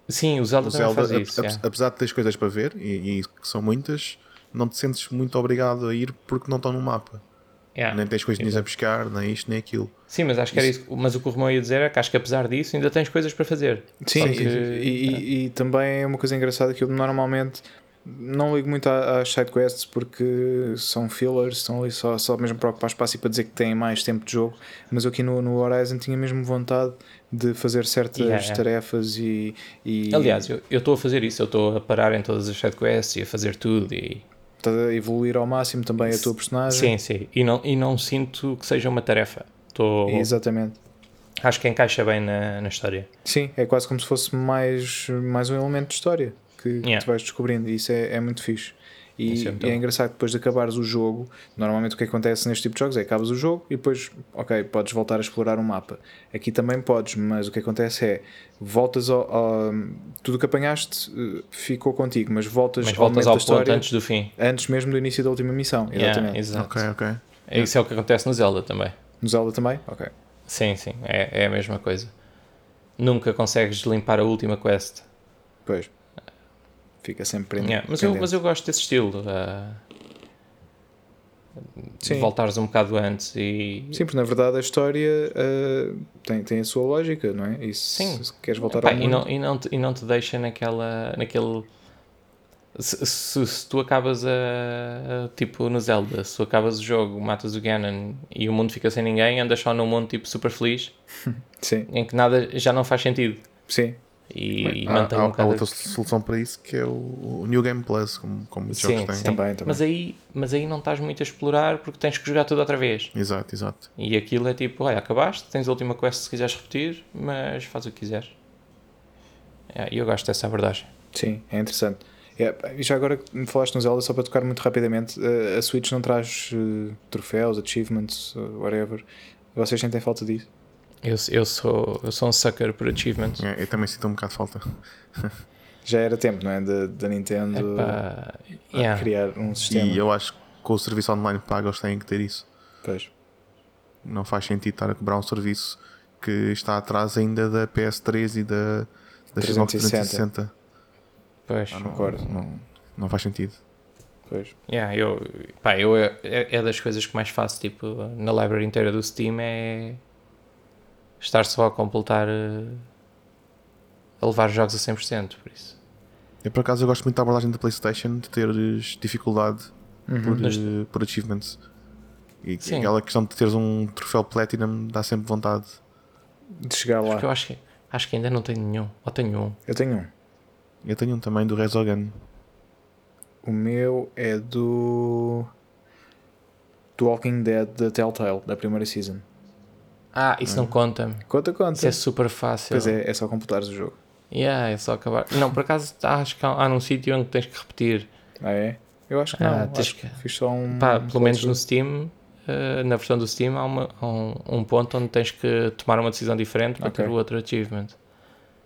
Speaker 2: Sim, o Zelda,
Speaker 3: O Zelda,
Speaker 2: também
Speaker 3: ap-
Speaker 2: faz isso.
Speaker 3: ap-
Speaker 2: yeah.
Speaker 1: é.
Speaker 3: apesar de teres coisas para ver, e, e que são muitas, não te sentes muito obrigado a ir porque não estão no mapa.
Speaker 2: Yeah.
Speaker 3: Nem tens coisinhas a pescar, nem isto, nem aquilo.
Speaker 2: Sim, mas acho que era isso. Mas o que o Romão ia dizer é que acho que apesar disso ainda tens coisas para fazer.
Speaker 1: Sim,
Speaker 2: Só
Speaker 1: e,
Speaker 2: que-
Speaker 3: é
Speaker 1: e- e também é uma coisa engraçada que eu normalmente não ligo muito a- às sidequests porque são fillers, são ali só, só mesmo para ocupar espaço e para dizer que têm mais tempo de jogo. Mas eu aqui no, no Horizon tinha mesmo vontade de fazer certas
Speaker 2: Yeah, yeah.
Speaker 1: tarefas e, e.
Speaker 2: Aliás, eu eu estou a fazer isso, eu estou a parar em todas as sidequests e a fazer tudo e
Speaker 1: estás a tá, evoluir ao máximo também a tua personagem.
Speaker 2: Sim, sim. E não, e não sinto que seja uma tarefa. Tô,
Speaker 1: Exatamente.
Speaker 2: acho que encaixa bem na, na história.
Speaker 1: Sim, é quase como se fosse mais, mais um elemento de história que,
Speaker 2: Yeah.
Speaker 1: que tu vais descobrindo. E isso é, é muito fixe. E
Speaker 2: Isso é
Speaker 1: é,
Speaker 2: muito bom.
Speaker 1: engraçado que depois de acabares o jogo, normalmente o que acontece neste tipo de jogos é acabas o jogo e depois, ok, podes voltar a explorar o mapa. Aqui também podes, mas o que acontece é voltas ao. ao- tudo o que apanhaste eh, ficou contigo, mas voltas,
Speaker 2: Mas
Speaker 1: ao
Speaker 2: voltas
Speaker 1: momento
Speaker 2: ao
Speaker 1: da
Speaker 2: ponto
Speaker 1: história antes...
Speaker 2: antes do fim.
Speaker 1: mesmo do início da última missão.
Speaker 2: Yeah,
Speaker 1: Exatamente.
Speaker 2: exato.
Speaker 3: Ok, ok.
Speaker 2: Isso é o que acontece no Zelda também.
Speaker 1: No Zelda também? Ok.
Speaker 2: Sim, sim, é, é a mesma coisa. Nunca consegues limpar a última quest.
Speaker 1: Pois. Fica sempre prende-
Speaker 2: Yeah, mas, eu,
Speaker 1: pendente.
Speaker 2: mas eu gosto desse estilo. ah, de
Speaker 1: Sim.
Speaker 2: voltares um bocado antes e.
Speaker 1: Sim, porque na verdade a história uh, tem, tem a sua lógica, não é? E se,
Speaker 2: Sim.
Speaker 1: se queres voltar
Speaker 2: Epá,
Speaker 1: ao
Speaker 2: e,
Speaker 1: mundo,
Speaker 2: não, e, não te, e não te deixa naquela. naquele. Se, se- se tu acabas a, a- Tipo no Zelda, se tu acabas o jogo, matas o Ganon e o mundo fica sem ninguém, andas só num mundo tipo super feliz
Speaker 1: Sim,
Speaker 2: em que nada já não faz sentido.
Speaker 1: sim.
Speaker 2: E, e
Speaker 3: Há,
Speaker 2: mantém
Speaker 3: há-
Speaker 2: um
Speaker 3: há
Speaker 2: bocado.
Speaker 3: outra solução para isso que é o, o New Game Plus, como, como os jogos
Speaker 2: Sim,
Speaker 3: têm.
Speaker 2: sim.
Speaker 1: Também, também.
Speaker 2: Mas, aí, mas aí não estás muito a explorar porque tens que jogar tudo outra vez.
Speaker 3: Exato, exato.
Speaker 2: E aquilo é tipo, olha, acabaste, tens a última quest se quiseres repetir, mas faz o que quiseres. É, E eu gosto dessa abordagem.
Speaker 1: Sim, é interessante. É, pá, e já agora que me falaste no Zelda, só para tocar muito rapidamente, uh, a Switch não traz uh, troféus, achievements, uh, whatever. Vocês sentem falta disso?
Speaker 2: Eu, eu, sou, eu sou um sucker por achievements.
Speaker 1: Hum.
Speaker 3: É, eu também sinto um bocado de falta.
Speaker 1: Já era tempo, não é? Da da Nintendo Ah,
Speaker 2: Epá, yeah.
Speaker 1: criar um sistema.
Speaker 3: E eu acho que com o serviço online pago eles têm que ter isso.
Speaker 1: Pois.
Speaker 3: Não faz sentido estar a cobrar um serviço que está atrás ainda da PS3 e da, da Xbox
Speaker 1: 360.
Speaker 3: 360.
Speaker 2: Pois,
Speaker 1: Ah, Concordo.
Speaker 3: Não, não faz sentido.
Speaker 1: Pois.
Speaker 2: yeah, eu, pá, eu é, é das coisas que mais faço, tipo, na library inteira do Steam é estar só a completar, eh, a levar jogos a 100%, por isso.
Speaker 3: Eu por acaso eu gosto muito da abordagem da PlayStation de teres dificuldade
Speaker 1: Uhum.
Speaker 3: por,
Speaker 2: Neste-
Speaker 3: eh, por achievements. E
Speaker 2: Uhum. Sim.
Speaker 3: aquela questão de teres um troféu Platinum dá sempre vontade.
Speaker 1: De chegar
Speaker 2: Porque eu
Speaker 1: lá.
Speaker 2: acho que, acho que ainda não tenho nenhum, ou tenho um.
Speaker 1: Eu tenho um.
Speaker 3: Eu tenho um também do Resogun.
Speaker 1: O meu é do. Do Walking Dead da Telltale, da primeira season.
Speaker 2: Ah, isso não conta-me.
Speaker 1: Conta, conta.
Speaker 2: Isso é super fácil.
Speaker 1: Hum. Então, Pois é, é só completares o jogo.
Speaker 2: Yeah, é só acabar. Não, por acaso tá, acho que há, há num sítio onde tens que repetir.
Speaker 1: Ah, é? Eu acho que não.
Speaker 2: Ah, tens
Speaker 1: acho que...
Speaker 2: que-
Speaker 1: fiz só um.
Speaker 2: Pá,
Speaker 1: um
Speaker 2: pelo menos no
Speaker 1: playthrough.
Speaker 2: Steam, eh, na versão do Steam, há, uma- há um, um ponto onde tens que tomar uma decisão diferente para
Speaker 1: Ok.
Speaker 2: ter o outro achievement.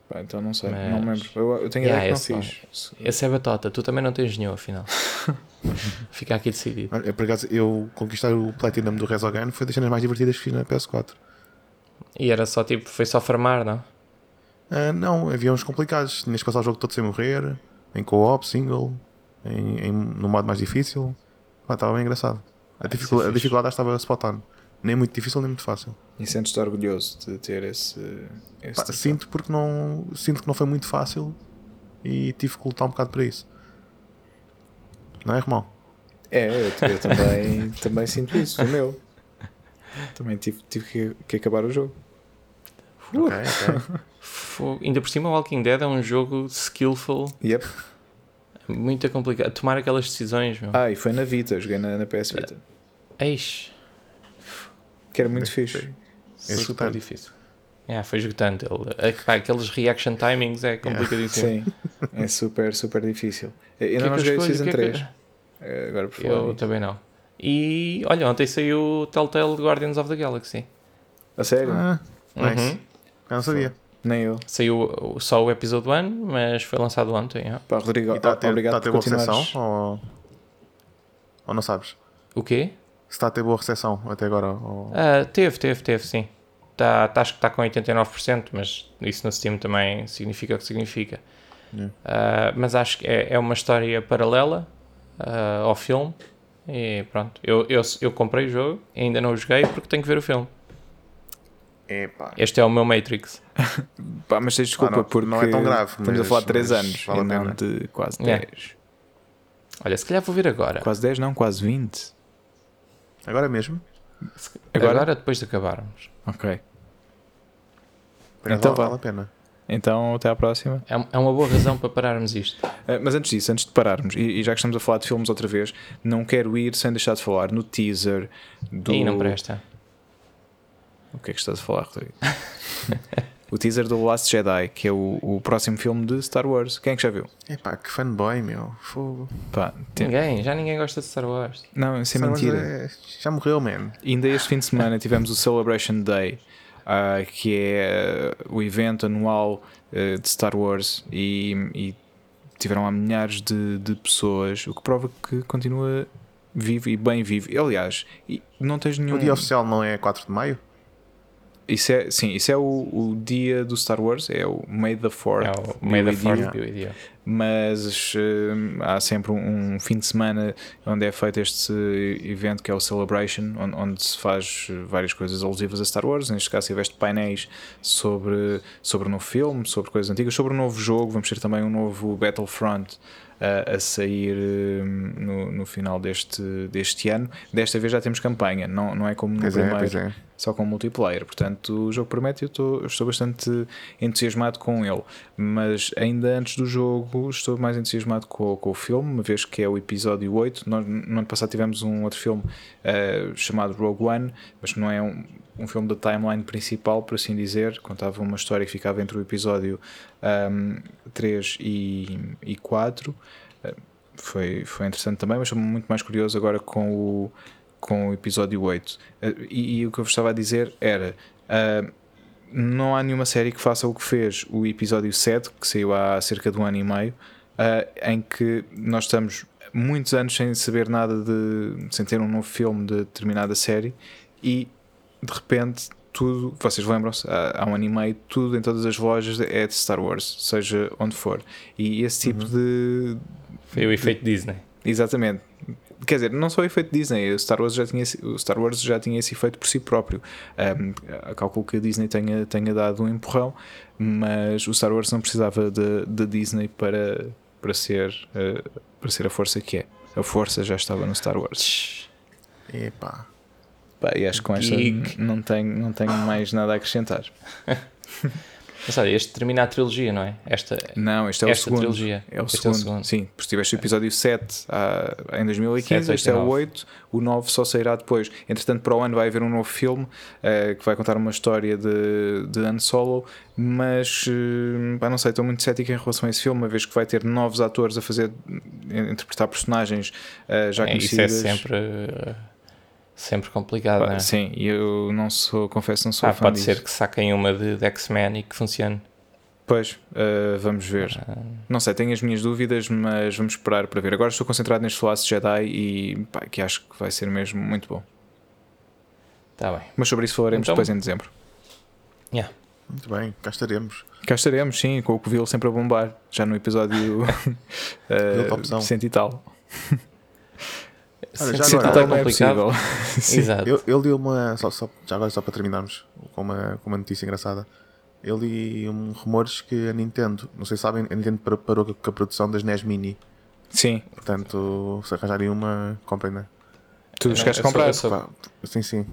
Speaker 1: Pá, então não sei,
Speaker 2: Mas-
Speaker 1: não me lembro. Eu, eu tenho
Speaker 2: Yeah,
Speaker 1: ideia que
Speaker 2: esse
Speaker 1: não
Speaker 2: não.
Speaker 1: fiz. Se-
Speaker 2: Essa é batota, tu também não tens nenhum, afinal. Fica aqui decidido.
Speaker 3: Olha, Eu, por acaso, eu conquistar o Platinum do Resogun foi das cenas mais divertidas que fiz na PS4.
Speaker 2: E era só tipo, foi só farmar, não?
Speaker 3: Ah, não, havia uns complicados. Tinhas que passar o jogo todo sem morrer, em co-op, single, em, em- no modo mais difícil. Pá, estava bem engraçado. A, dificul-
Speaker 2: isso é
Speaker 3: a
Speaker 2: fixe.
Speaker 3: dificuldade estava spot on. Nem muito difícil, nem muito fácil.
Speaker 1: E sentes-te orgulhoso de ter esse. esse
Speaker 2: é
Speaker 3: Pá,
Speaker 1: troféu.
Speaker 3: sinto porque não. Sinto que não foi muito fácil e tive que lutar um bocado para isso. Não é, Romão?
Speaker 1: É, eu, eu também, também sinto isso, o meu. Também tive, tive que, que acabar o jogo.
Speaker 3: Ok, ok.
Speaker 2: Fogo. Ainda por cima, o Walking Dead é um jogo skillful,
Speaker 1: Yep.
Speaker 2: muito complicado. Tomar aquelas decisões, meu.
Speaker 1: Ah, e foi na Vita, eu joguei na, na PS Vita. Ah.
Speaker 2: Eixe.
Speaker 1: Que era muito fixe.
Speaker 3: É
Speaker 2: super
Speaker 3: esgotante.
Speaker 2: difícil. É, foi esgotante. Ele- é que, pá, aqueles reaction timings é complicadíssimo.
Speaker 1: Sim. É super, super difícil. Eu
Speaker 2: O que
Speaker 1: ainda
Speaker 2: é
Speaker 1: não
Speaker 2: que
Speaker 1: joguei
Speaker 2: eu
Speaker 1: o
Speaker 2: escolho?
Speaker 1: Season
Speaker 2: O que é
Speaker 1: 3.
Speaker 2: que-
Speaker 1: eh, Agora por falar.
Speaker 2: Eu
Speaker 1: nisso.
Speaker 2: também não. E olha, ontem saiu o Telltale Guardians of the Galaxy.
Speaker 1: A sério?
Speaker 3: Ah, nice.
Speaker 2: Uhum.
Speaker 3: Eu não sabia.
Speaker 1: Nem eu.
Speaker 2: Saiu o- só o episódio 1, mas foi lançado ontem. ó.
Speaker 1: Pá, Rodrigo,
Speaker 3: E está a ter,
Speaker 1: obrigado
Speaker 3: tá a ter
Speaker 1: por
Speaker 3: boa
Speaker 1: continuares.
Speaker 3: recepção? Ou... ou não sabes?
Speaker 2: O quê?
Speaker 3: Se está a ter boa recepção até agora? Ou...
Speaker 2: Ah, teve, teve, teve, sim. Tá, tá- acho que está com 89%, mas isso no Steam também significa o que significa.
Speaker 3: Yeah.
Speaker 2: Ah, mas acho que é, é uma história paralela ah, ao filme. E pronto, eu, eu, eu comprei o jogo, ainda não o joguei porque tenho que ver o filme.
Speaker 3: Epá.
Speaker 2: Este é o meu Matrix.
Speaker 1: Pá, mas tens desculpa
Speaker 3: Ah, não,
Speaker 1: porque
Speaker 3: não é tão grave,
Speaker 1: Estamos a
Speaker 3: mas-
Speaker 1: falar de 3
Speaker 3: mas
Speaker 1: anos
Speaker 3: vale
Speaker 1: e
Speaker 3: a
Speaker 1: não
Speaker 3: pena.
Speaker 1: de quase
Speaker 2: É.
Speaker 1: 10.
Speaker 2: Olha, se calhar vou ver agora.
Speaker 1: Quase 10 não, quase 20.
Speaker 3: Agora mesmo?
Speaker 1: Agora?
Speaker 2: Agora, depois de acabarmos.
Speaker 1: Ok.
Speaker 3: Então
Speaker 1: Então
Speaker 3: vale,
Speaker 1: vá.
Speaker 3: vale a pena.
Speaker 1: Então até à próxima.
Speaker 2: É, é uma boa razão para pararmos isto.
Speaker 1: Ah, mas antes disso, antes de pararmos, e, e já que estamos a falar de filmes outra vez, não quero ir sem deixar de falar no teaser do.
Speaker 2: E não presta.
Speaker 1: O que é que estás a falar, Rodrigo? o teaser do Last Jedi, que é o, o próximo filme de Star Wars. Quem é que já viu?
Speaker 3: Epá, que fanboy, meu. Fogo.
Speaker 1: Pá, tem...
Speaker 2: Ninguém, já ninguém gosta de Star Wars.
Speaker 1: Não, isso é
Speaker 3: Star Wars
Speaker 1: mentira.
Speaker 3: é- Já morreu, man.
Speaker 1: Ainda este fim de semana tivemos o Celebration Day, ah, que é o evento anual ah, de Star Wars, e, e tiveram lá milhares de, de pessoas, o que prova que continua vivo e bem vivo. Aliás, e não tens nenhum.
Speaker 3: O dia oficial não é 4 de maio?
Speaker 1: Isso é, sim, isso é o, o dia do Star Wars, é o May the Fourth.
Speaker 2: É o May the
Speaker 1: be with you.
Speaker 2: Fourth be with you.
Speaker 1: mas hum, há sempre um, um fim de semana onde é feito este evento que é o Celebration, on- onde, se faz eh, várias coisas alusivas a Star Wars. Neste caso, tiveste painéis sobre, sobre o novo filme, sobre coisas antigas, sobre o novo jogo. Vamos ter também um novo Battlefront ah, a sair hum, no, no final deste, deste ano. Desta vez já temos campanha, não, não é como no
Speaker 3: Pois é,
Speaker 1: primeiro
Speaker 3: pois é.
Speaker 1: só com multiplayer. Portanto, o jogo promete e eu estou- eu estou bastante entusiasmado com ele. Mas ainda antes do jogo, estou mais entusiasmado com, com o filme, uma vez que é o episódio 8. Nós, no ano passado tivemos um outro filme eh, chamado Rogue One, mas não é um, um filme da timeline principal, por assim dizer. Contava uma história que ficava entre o episódio ahm, 3 e, e 4. Eh, Foi, foi interessante também, mas estou muito mais curioso agora com o, com o episódio 8. Eh, E, e o que eu vos estava a dizer era: ah, não há nenhuma série que faça o que fez o episódio 7, que saiu há cerca de um ano e meio, ah, em que nós estamos muitos anos sem saber nada de. sem ter um novo filme de determinada série e de repente. Tudo, vocês lembram-se, há, há um ano e meio, tudo em todas as lojas é de Star Wars, seja onde for. E esse tipo de,
Speaker 2: Foi o efeito Disney.
Speaker 1: Exatamente. Quer dizer, não só o efeito Disney, o Star Wars já tinha esse, o Star Wars já tinha esse efeito por si próprio. Um, calculo que a Disney tenha, tenha dado um empurrão, mas o Star Wars não precisava da da Disney para, para, ser, eh, para ser a força que é. A força já estava no Star Wars.
Speaker 3: Epá.
Speaker 1: Pá, e acho que com esta
Speaker 2: Geek.
Speaker 1: n- não tenho, não tenho mais nada a acrescentar.
Speaker 2: Mas olha, este termina a trilogia, não é? Esta,
Speaker 1: Não, este é o
Speaker 2: esta
Speaker 1: segundo.
Speaker 2: trilogia.
Speaker 1: É o,
Speaker 2: Este
Speaker 1: segundo. Sim, porque tiveste o episódio 7 ah, em 2015,
Speaker 2: 7,
Speaker 1: este é o
Speaker 2: 8,
Speaker 1: 8, o 9 só sairá depois. Entretanto, para o ano vai haver um novo filme ah, que vai contar uma história de, de Han Solo, mas eh, pá, não sei, estou muito cético em relação a esse filme, uma vez que vai ter novos atores a fazer a interpretar personagens ah, já
Speaker 2: É, isso é
Speaker 1: conhecidas.
Speaker 2: sempre, eh, sempre complicado, não
Speaker 1: Pá,
Speaker 2: é?
Speaker 1: Sim, e eu não sou, confesso, não sou
Speaker 2: Ah,
Speaker 1: fã
Speaker 2: pode
Speaker 1: disso.
Speaker 2: ser que saquem uma de, de X-Men e que funcione.
Speaker 1: Pois, ah, vamos ver. Não sei, tenho as minhas dúvidas, mas vamos esperar para ver. Agora estou concentrado neste Last Jedi e pá, que acho que vai ser mesmo muito bom.
Speaker 2: Está Tá bem.
Speaker 1: Mas sobre isso falaremos
Speaker 2: Então-
Speaker 1: depois em dezembro.
Speaker 2: Yeah.
Speaker 3: Muito bem, cá estaremos.
Speaker 1: Cá estaremos, sim, com o Covil sempre a bombar, já no episódio
Speaker 3: Covil Topzão.
Speaker 1: uh, cento e tal.
Speaker 3: Olha,
Speaker 2: Sim,
Speaker 3: já
Speaker 2: sim,
Speaker 1: Cento e
Speaker 2: está
Speaker 3: agora-
Speaker 1: tal não é
Speaker 2: complicado.
Speaker 1: possível.
Speaker 2: Exato.
Speaker 3: Eu, eu li uma. Só, só- já agora, só para terminarmos com uma, com uma notícia engraçada. Eu li um, rumores que a Nintendo, não sei se sabem, a Nintendo par- parou com a produção das NES Mini.
Speaker 1: Sim,
Speaker 3: Portanto, se arranjarem uma, comprem, né?
Speaker 1: tu os
Speaker 2: não,
Speaker 1: queres
Speaker 2: eu sou-
Speaker 1: comprar?
Speaker 2: eu sou-
Speaker 3: Pá, Sim, sim.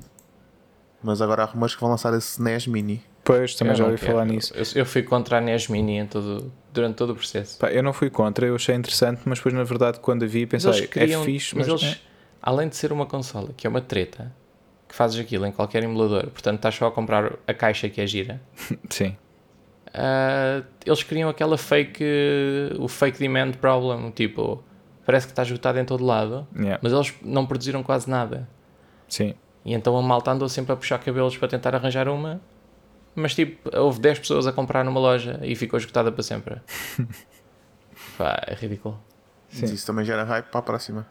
Speaker 3: Mas agora há rumores que vão lançar a SNES Mini.
Speaker 1: Pois, também
Speaker 2: Eu
Speaker 1: já
Speaker 2: É, não
Speaker 1: ouvi
Speaker 2: quero.
Speaker 1: falar nisso.
Speaker 2: Eu, eu fui contra a Nesmini em todo, durante todo o processo.
Speaker 1: Pá, eu não fui contra, eu achei interessante, mas depois na verdade quando a vi pensei,
Speaker 2: Mas eles queriam-
Speaker 1: é fixe,
Speaker 2: mas
Speaker 1: mas,
Speaker 2: eles, além de ser uma consola, que é uma treta, que fazes aquilo em qualquer emulador, portanto estás só a comprar a caixa que é gira,
Speaker 1: sim.
Speaker 2: ah, eles criam aquela fake, o fake demand problem, tipo, parece que está esgotado em todo lado,
Speaker 1: Yeah,
Speaker 2: mas eles não produziram quase nada.
Speaker 1: sim.
Speaker 2: E então a malta andou sempre a puxar cabelos para tentar arranjar uma, mas tipo, houve 10 pessoas a comprar numa loja e ficou esgotada para sempre. Pá, é ridículo.
Speaker 3: Mas isso também gera hype para a próxima.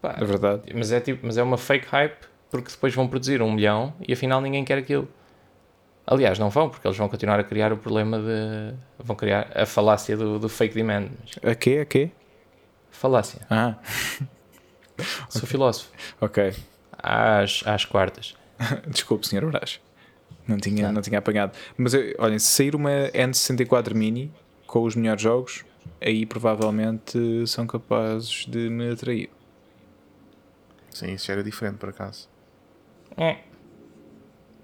Speaker 2: Pá,
Speaker 1: É verdade.
Speaker 2: mas é tipo, mas é uma fake hype porque depois vão produzir um milhão e afinal ninguém quer aquilo. Aliás, não vão, porque eles vão continuar a criar o problema de. vão criar a falácia do, do fake demand. Mas-
Speaker 1: A quê? A quê?
Speaker 2: Falácia.
Speaker 1: Ah,
Speaker 2: Sou filósofo.
Speaker 1: ok.
Speaker 2: Às, às quartas.
Speaker 1: Desculpe, Sr. Brás. Não tinha, não tinha apanhado. Mas eu- olhem, se sair uma N64 Mini com os melhores jogos, aí provavelmente eh, são capazes de me atrair.
Speaker 3: Sim, isso era diferente, por acaso.
Speaker 2: É.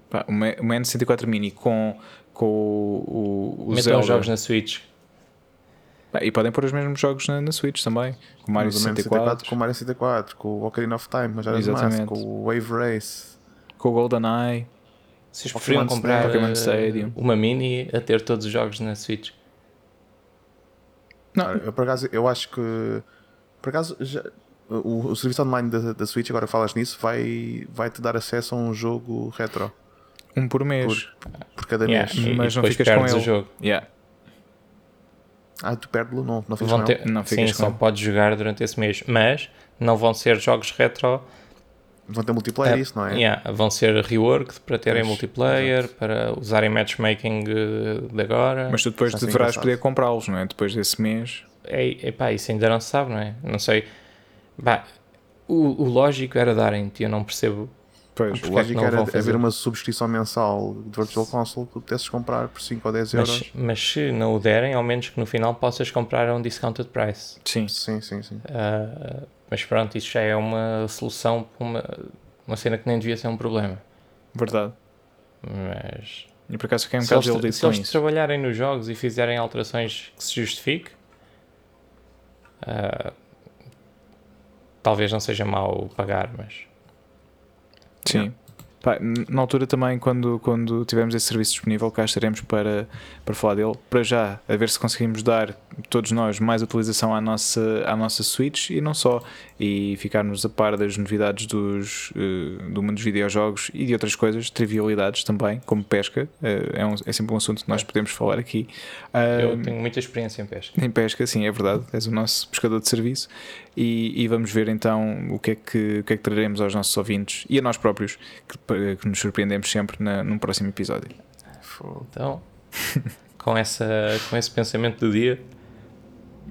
Speaker 1: Pá, uma, uma N64 Mini com, com o, o, o
Speaker 2: Metam
Speaker 1: Zelda.
Speaker 2: os jogos na Switch.
Speaker 1: Ah, E podem pôr os mesmos jogos na, na Switch também, com Mario
Speaker 3: Mais ou menos
Speaker 1: 64,
Speaker 3: com o Mario 64, com o Ocarina of Time, Majora's Mask,
Speaker 1: Exatamente.
Speaker 3: com o Wave Race.
Speaker 1: com o GoldenEye.
Speaker 2: Vocês preferiam
Speaker 3: Pokémon
Speaker 2: comprar
Speaker 1: Stadium. Pokémon
Speaker 2: eh,
Speaker 1: Stadium.
Speaker 2: uma mini a ter todos os jogos na Switch?
Speaker 1: Não,
Speaker 3: Cara, Eu, por acaso, eu acho que. Por acaso, já- o, o serviço online da, da Switch, agora falas nisso, vai, vai te dar acesso a um jogo retro
Speaker 1: um por mês.
Speaker 3: por, por cada
Speaker 2: Yeah,
Speaker 3: mês.
Speaker 2: e,
Speaker 1: Mas
Speaker 2: e
Speaker 1: não
Speaker 2: depois
Speaker 1: ficas com
Speaker 2: perdes
Speaker 1: ele.
Speaker 2: o jogo.
Speaker 1: Yeah.
Speaker 3: Ah, tu perde-lo? Não, não fiz
Speaker 2: Vão
Speaker 3: mal.
Speaker 2: ter,
Speaker 1: Não ficas
Speaker 2: sim,
Speaker 1: com
Speaker 2: só
Speaker 1: ele.
Speaker 2: podes jogar durante esse mês, mas não vão ser jogos retro.
Speaker 3: Vão ter multiplayer,
Speaker 2: É,
Speaker 3: isso, não é?
Speaker 2: yeah, vão ser reworked para terem
Speaker 3: Pois,
Speaker 2: multiplayer, para usarem matchmaking eh, de agora.
Speaker 1: Mas tu depois
Speaker 3: Está a ser
Speaker 1: deverás
Speaker 3: engraçado.
Speaker 1: poder comprá-los, não é? Depois desse mês.
Speaker 2: É, epá, isso ainda não se sabe, não é? Não sei. Pá, o, o lógico era darem-te, eu não percebo.
Speaker 1: Pois.
Speaker 3: O
Speaker 2: Porque é que
Speaker 3: lógico
Speaker 2: não
Speaker 3: era
Speaker 2: vão fazer?
Speaker 3: haver uma subscrição mensal de Virtual Console que tu pudesses comprar por 5 ou 10 euros.
Speaker 2: Mas, mas se não o derem, ao menos que no final possas comprar a um discounted price.
Speaker 1: Sim.
Speaker 3: Sim, sim, sim.
Speaker 2: Ah, mas pronto, isso já é uma solução para uma, uma cena que nem devia ser um problema.
Speaker 1: Verdade.
Speaker 2: Mas
Speaker 1: E por acaso fiquei um
Speaker 2: se
Speaker 1: bocado
Speaker 2: eles,
Speaker 1: desiludido
Speaker 2: se
Speaker 1: com
Speaker 2: eles
Speaker 1: isso.
Speaker 2: trabalharem nos jogos e fizerem alterações que se justifique, ah, talvez não seja mau pagar, mas
Speaker 1: Sim. Pá, n- na altura também, quando, quando tivermos esse serviço disponível, cá estaremos para, para falar dele. Para já, a ver se conseguimos dar, todos nós, mais utilização à nossa, à nossa Switch e não só. E ficarmos a par das novidades dos, eh, do mundo dos videojogos e de outras coisas, trivialidades também, como pesca. Eh, é, um- é sempre um assunto que nós podemos falar aqui.
Speaker 2: eu
Speaker 1: Ah,
Speaker 2: tenho muita experiência em pesca.
Speaker 1: Em pesca, sim, é verdade. És o nosso pescador de serviço. E, e vamos ver então o que, é que, o que é que traremos aos nossos ouvintes e a nós próprios, que, que nos surpreendemos sempre na, num próximo episódio.
Speaker 3: Fogo.
Speaker 2: Então, com, essa, com esse pensamento do dia,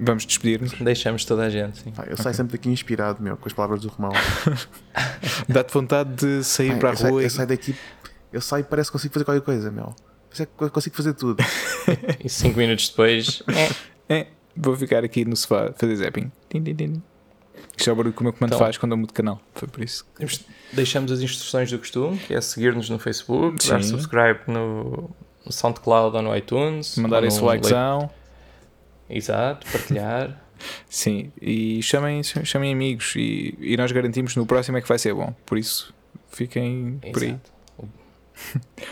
Speaker 1: Vamos despedir-nos.
Speaker 2: deixamos toda a gente. Sim.
Speaker 3: Pá, eu saio sempre daqui inspirado, meu, com as palavras do Romão.
Speaker 1: Dá-te vontade de sair
Speaker 3: Ai,
Speaker 1: para a
Speaker 3: eu saio-
Speaker 1: rua e
Speaker 3: eu saio daqui, eu saio e parece que consigo fazer qualquer coisa, meu. Parece que consigo fazer tudo.
Speaker 2: E cinco minutos depois, é,
Speaker 1: "Eh, vou ficar aqui no sofá a fazer zapping. Tim, tim, tim. Isto é o barulho que o meu comando
Speaker 2: Então.
Speaker 1: faz quando eu mudo de canal. Foi por isso.
Speaker 2: deixamos as instruções do costume, que é seguir-nos no Facebook, dar
Speaker 1: Sim.
Speaker 2: subscribe no no SoundCloud ou no iTunes, ou
Speaker 1: Mandar
Speaker 2: no
Speaker 1: esse
Speaker 2: Lei-
Speaker 1: likezão.
Speaker 2: Exato, partilhar.
Speaker 1: Sim, e chamem, chamem amigos. E, e nós garantimos que no próximo é que vai ser bom. Por isso, fiquem por aí.
Speaker 2: Exato.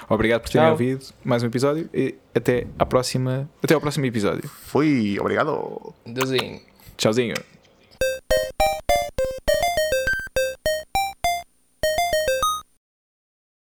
Speaker 1: Obrigado por terem
Speaker 2: Tchau.
Speaker 1: ouvido mais um episódio e até à próxima, até ao próximo episódio.
Speaker 3: Foi, obrigado.
Speaker 2: Deusinho.
Speaker 1: Tchauzinho.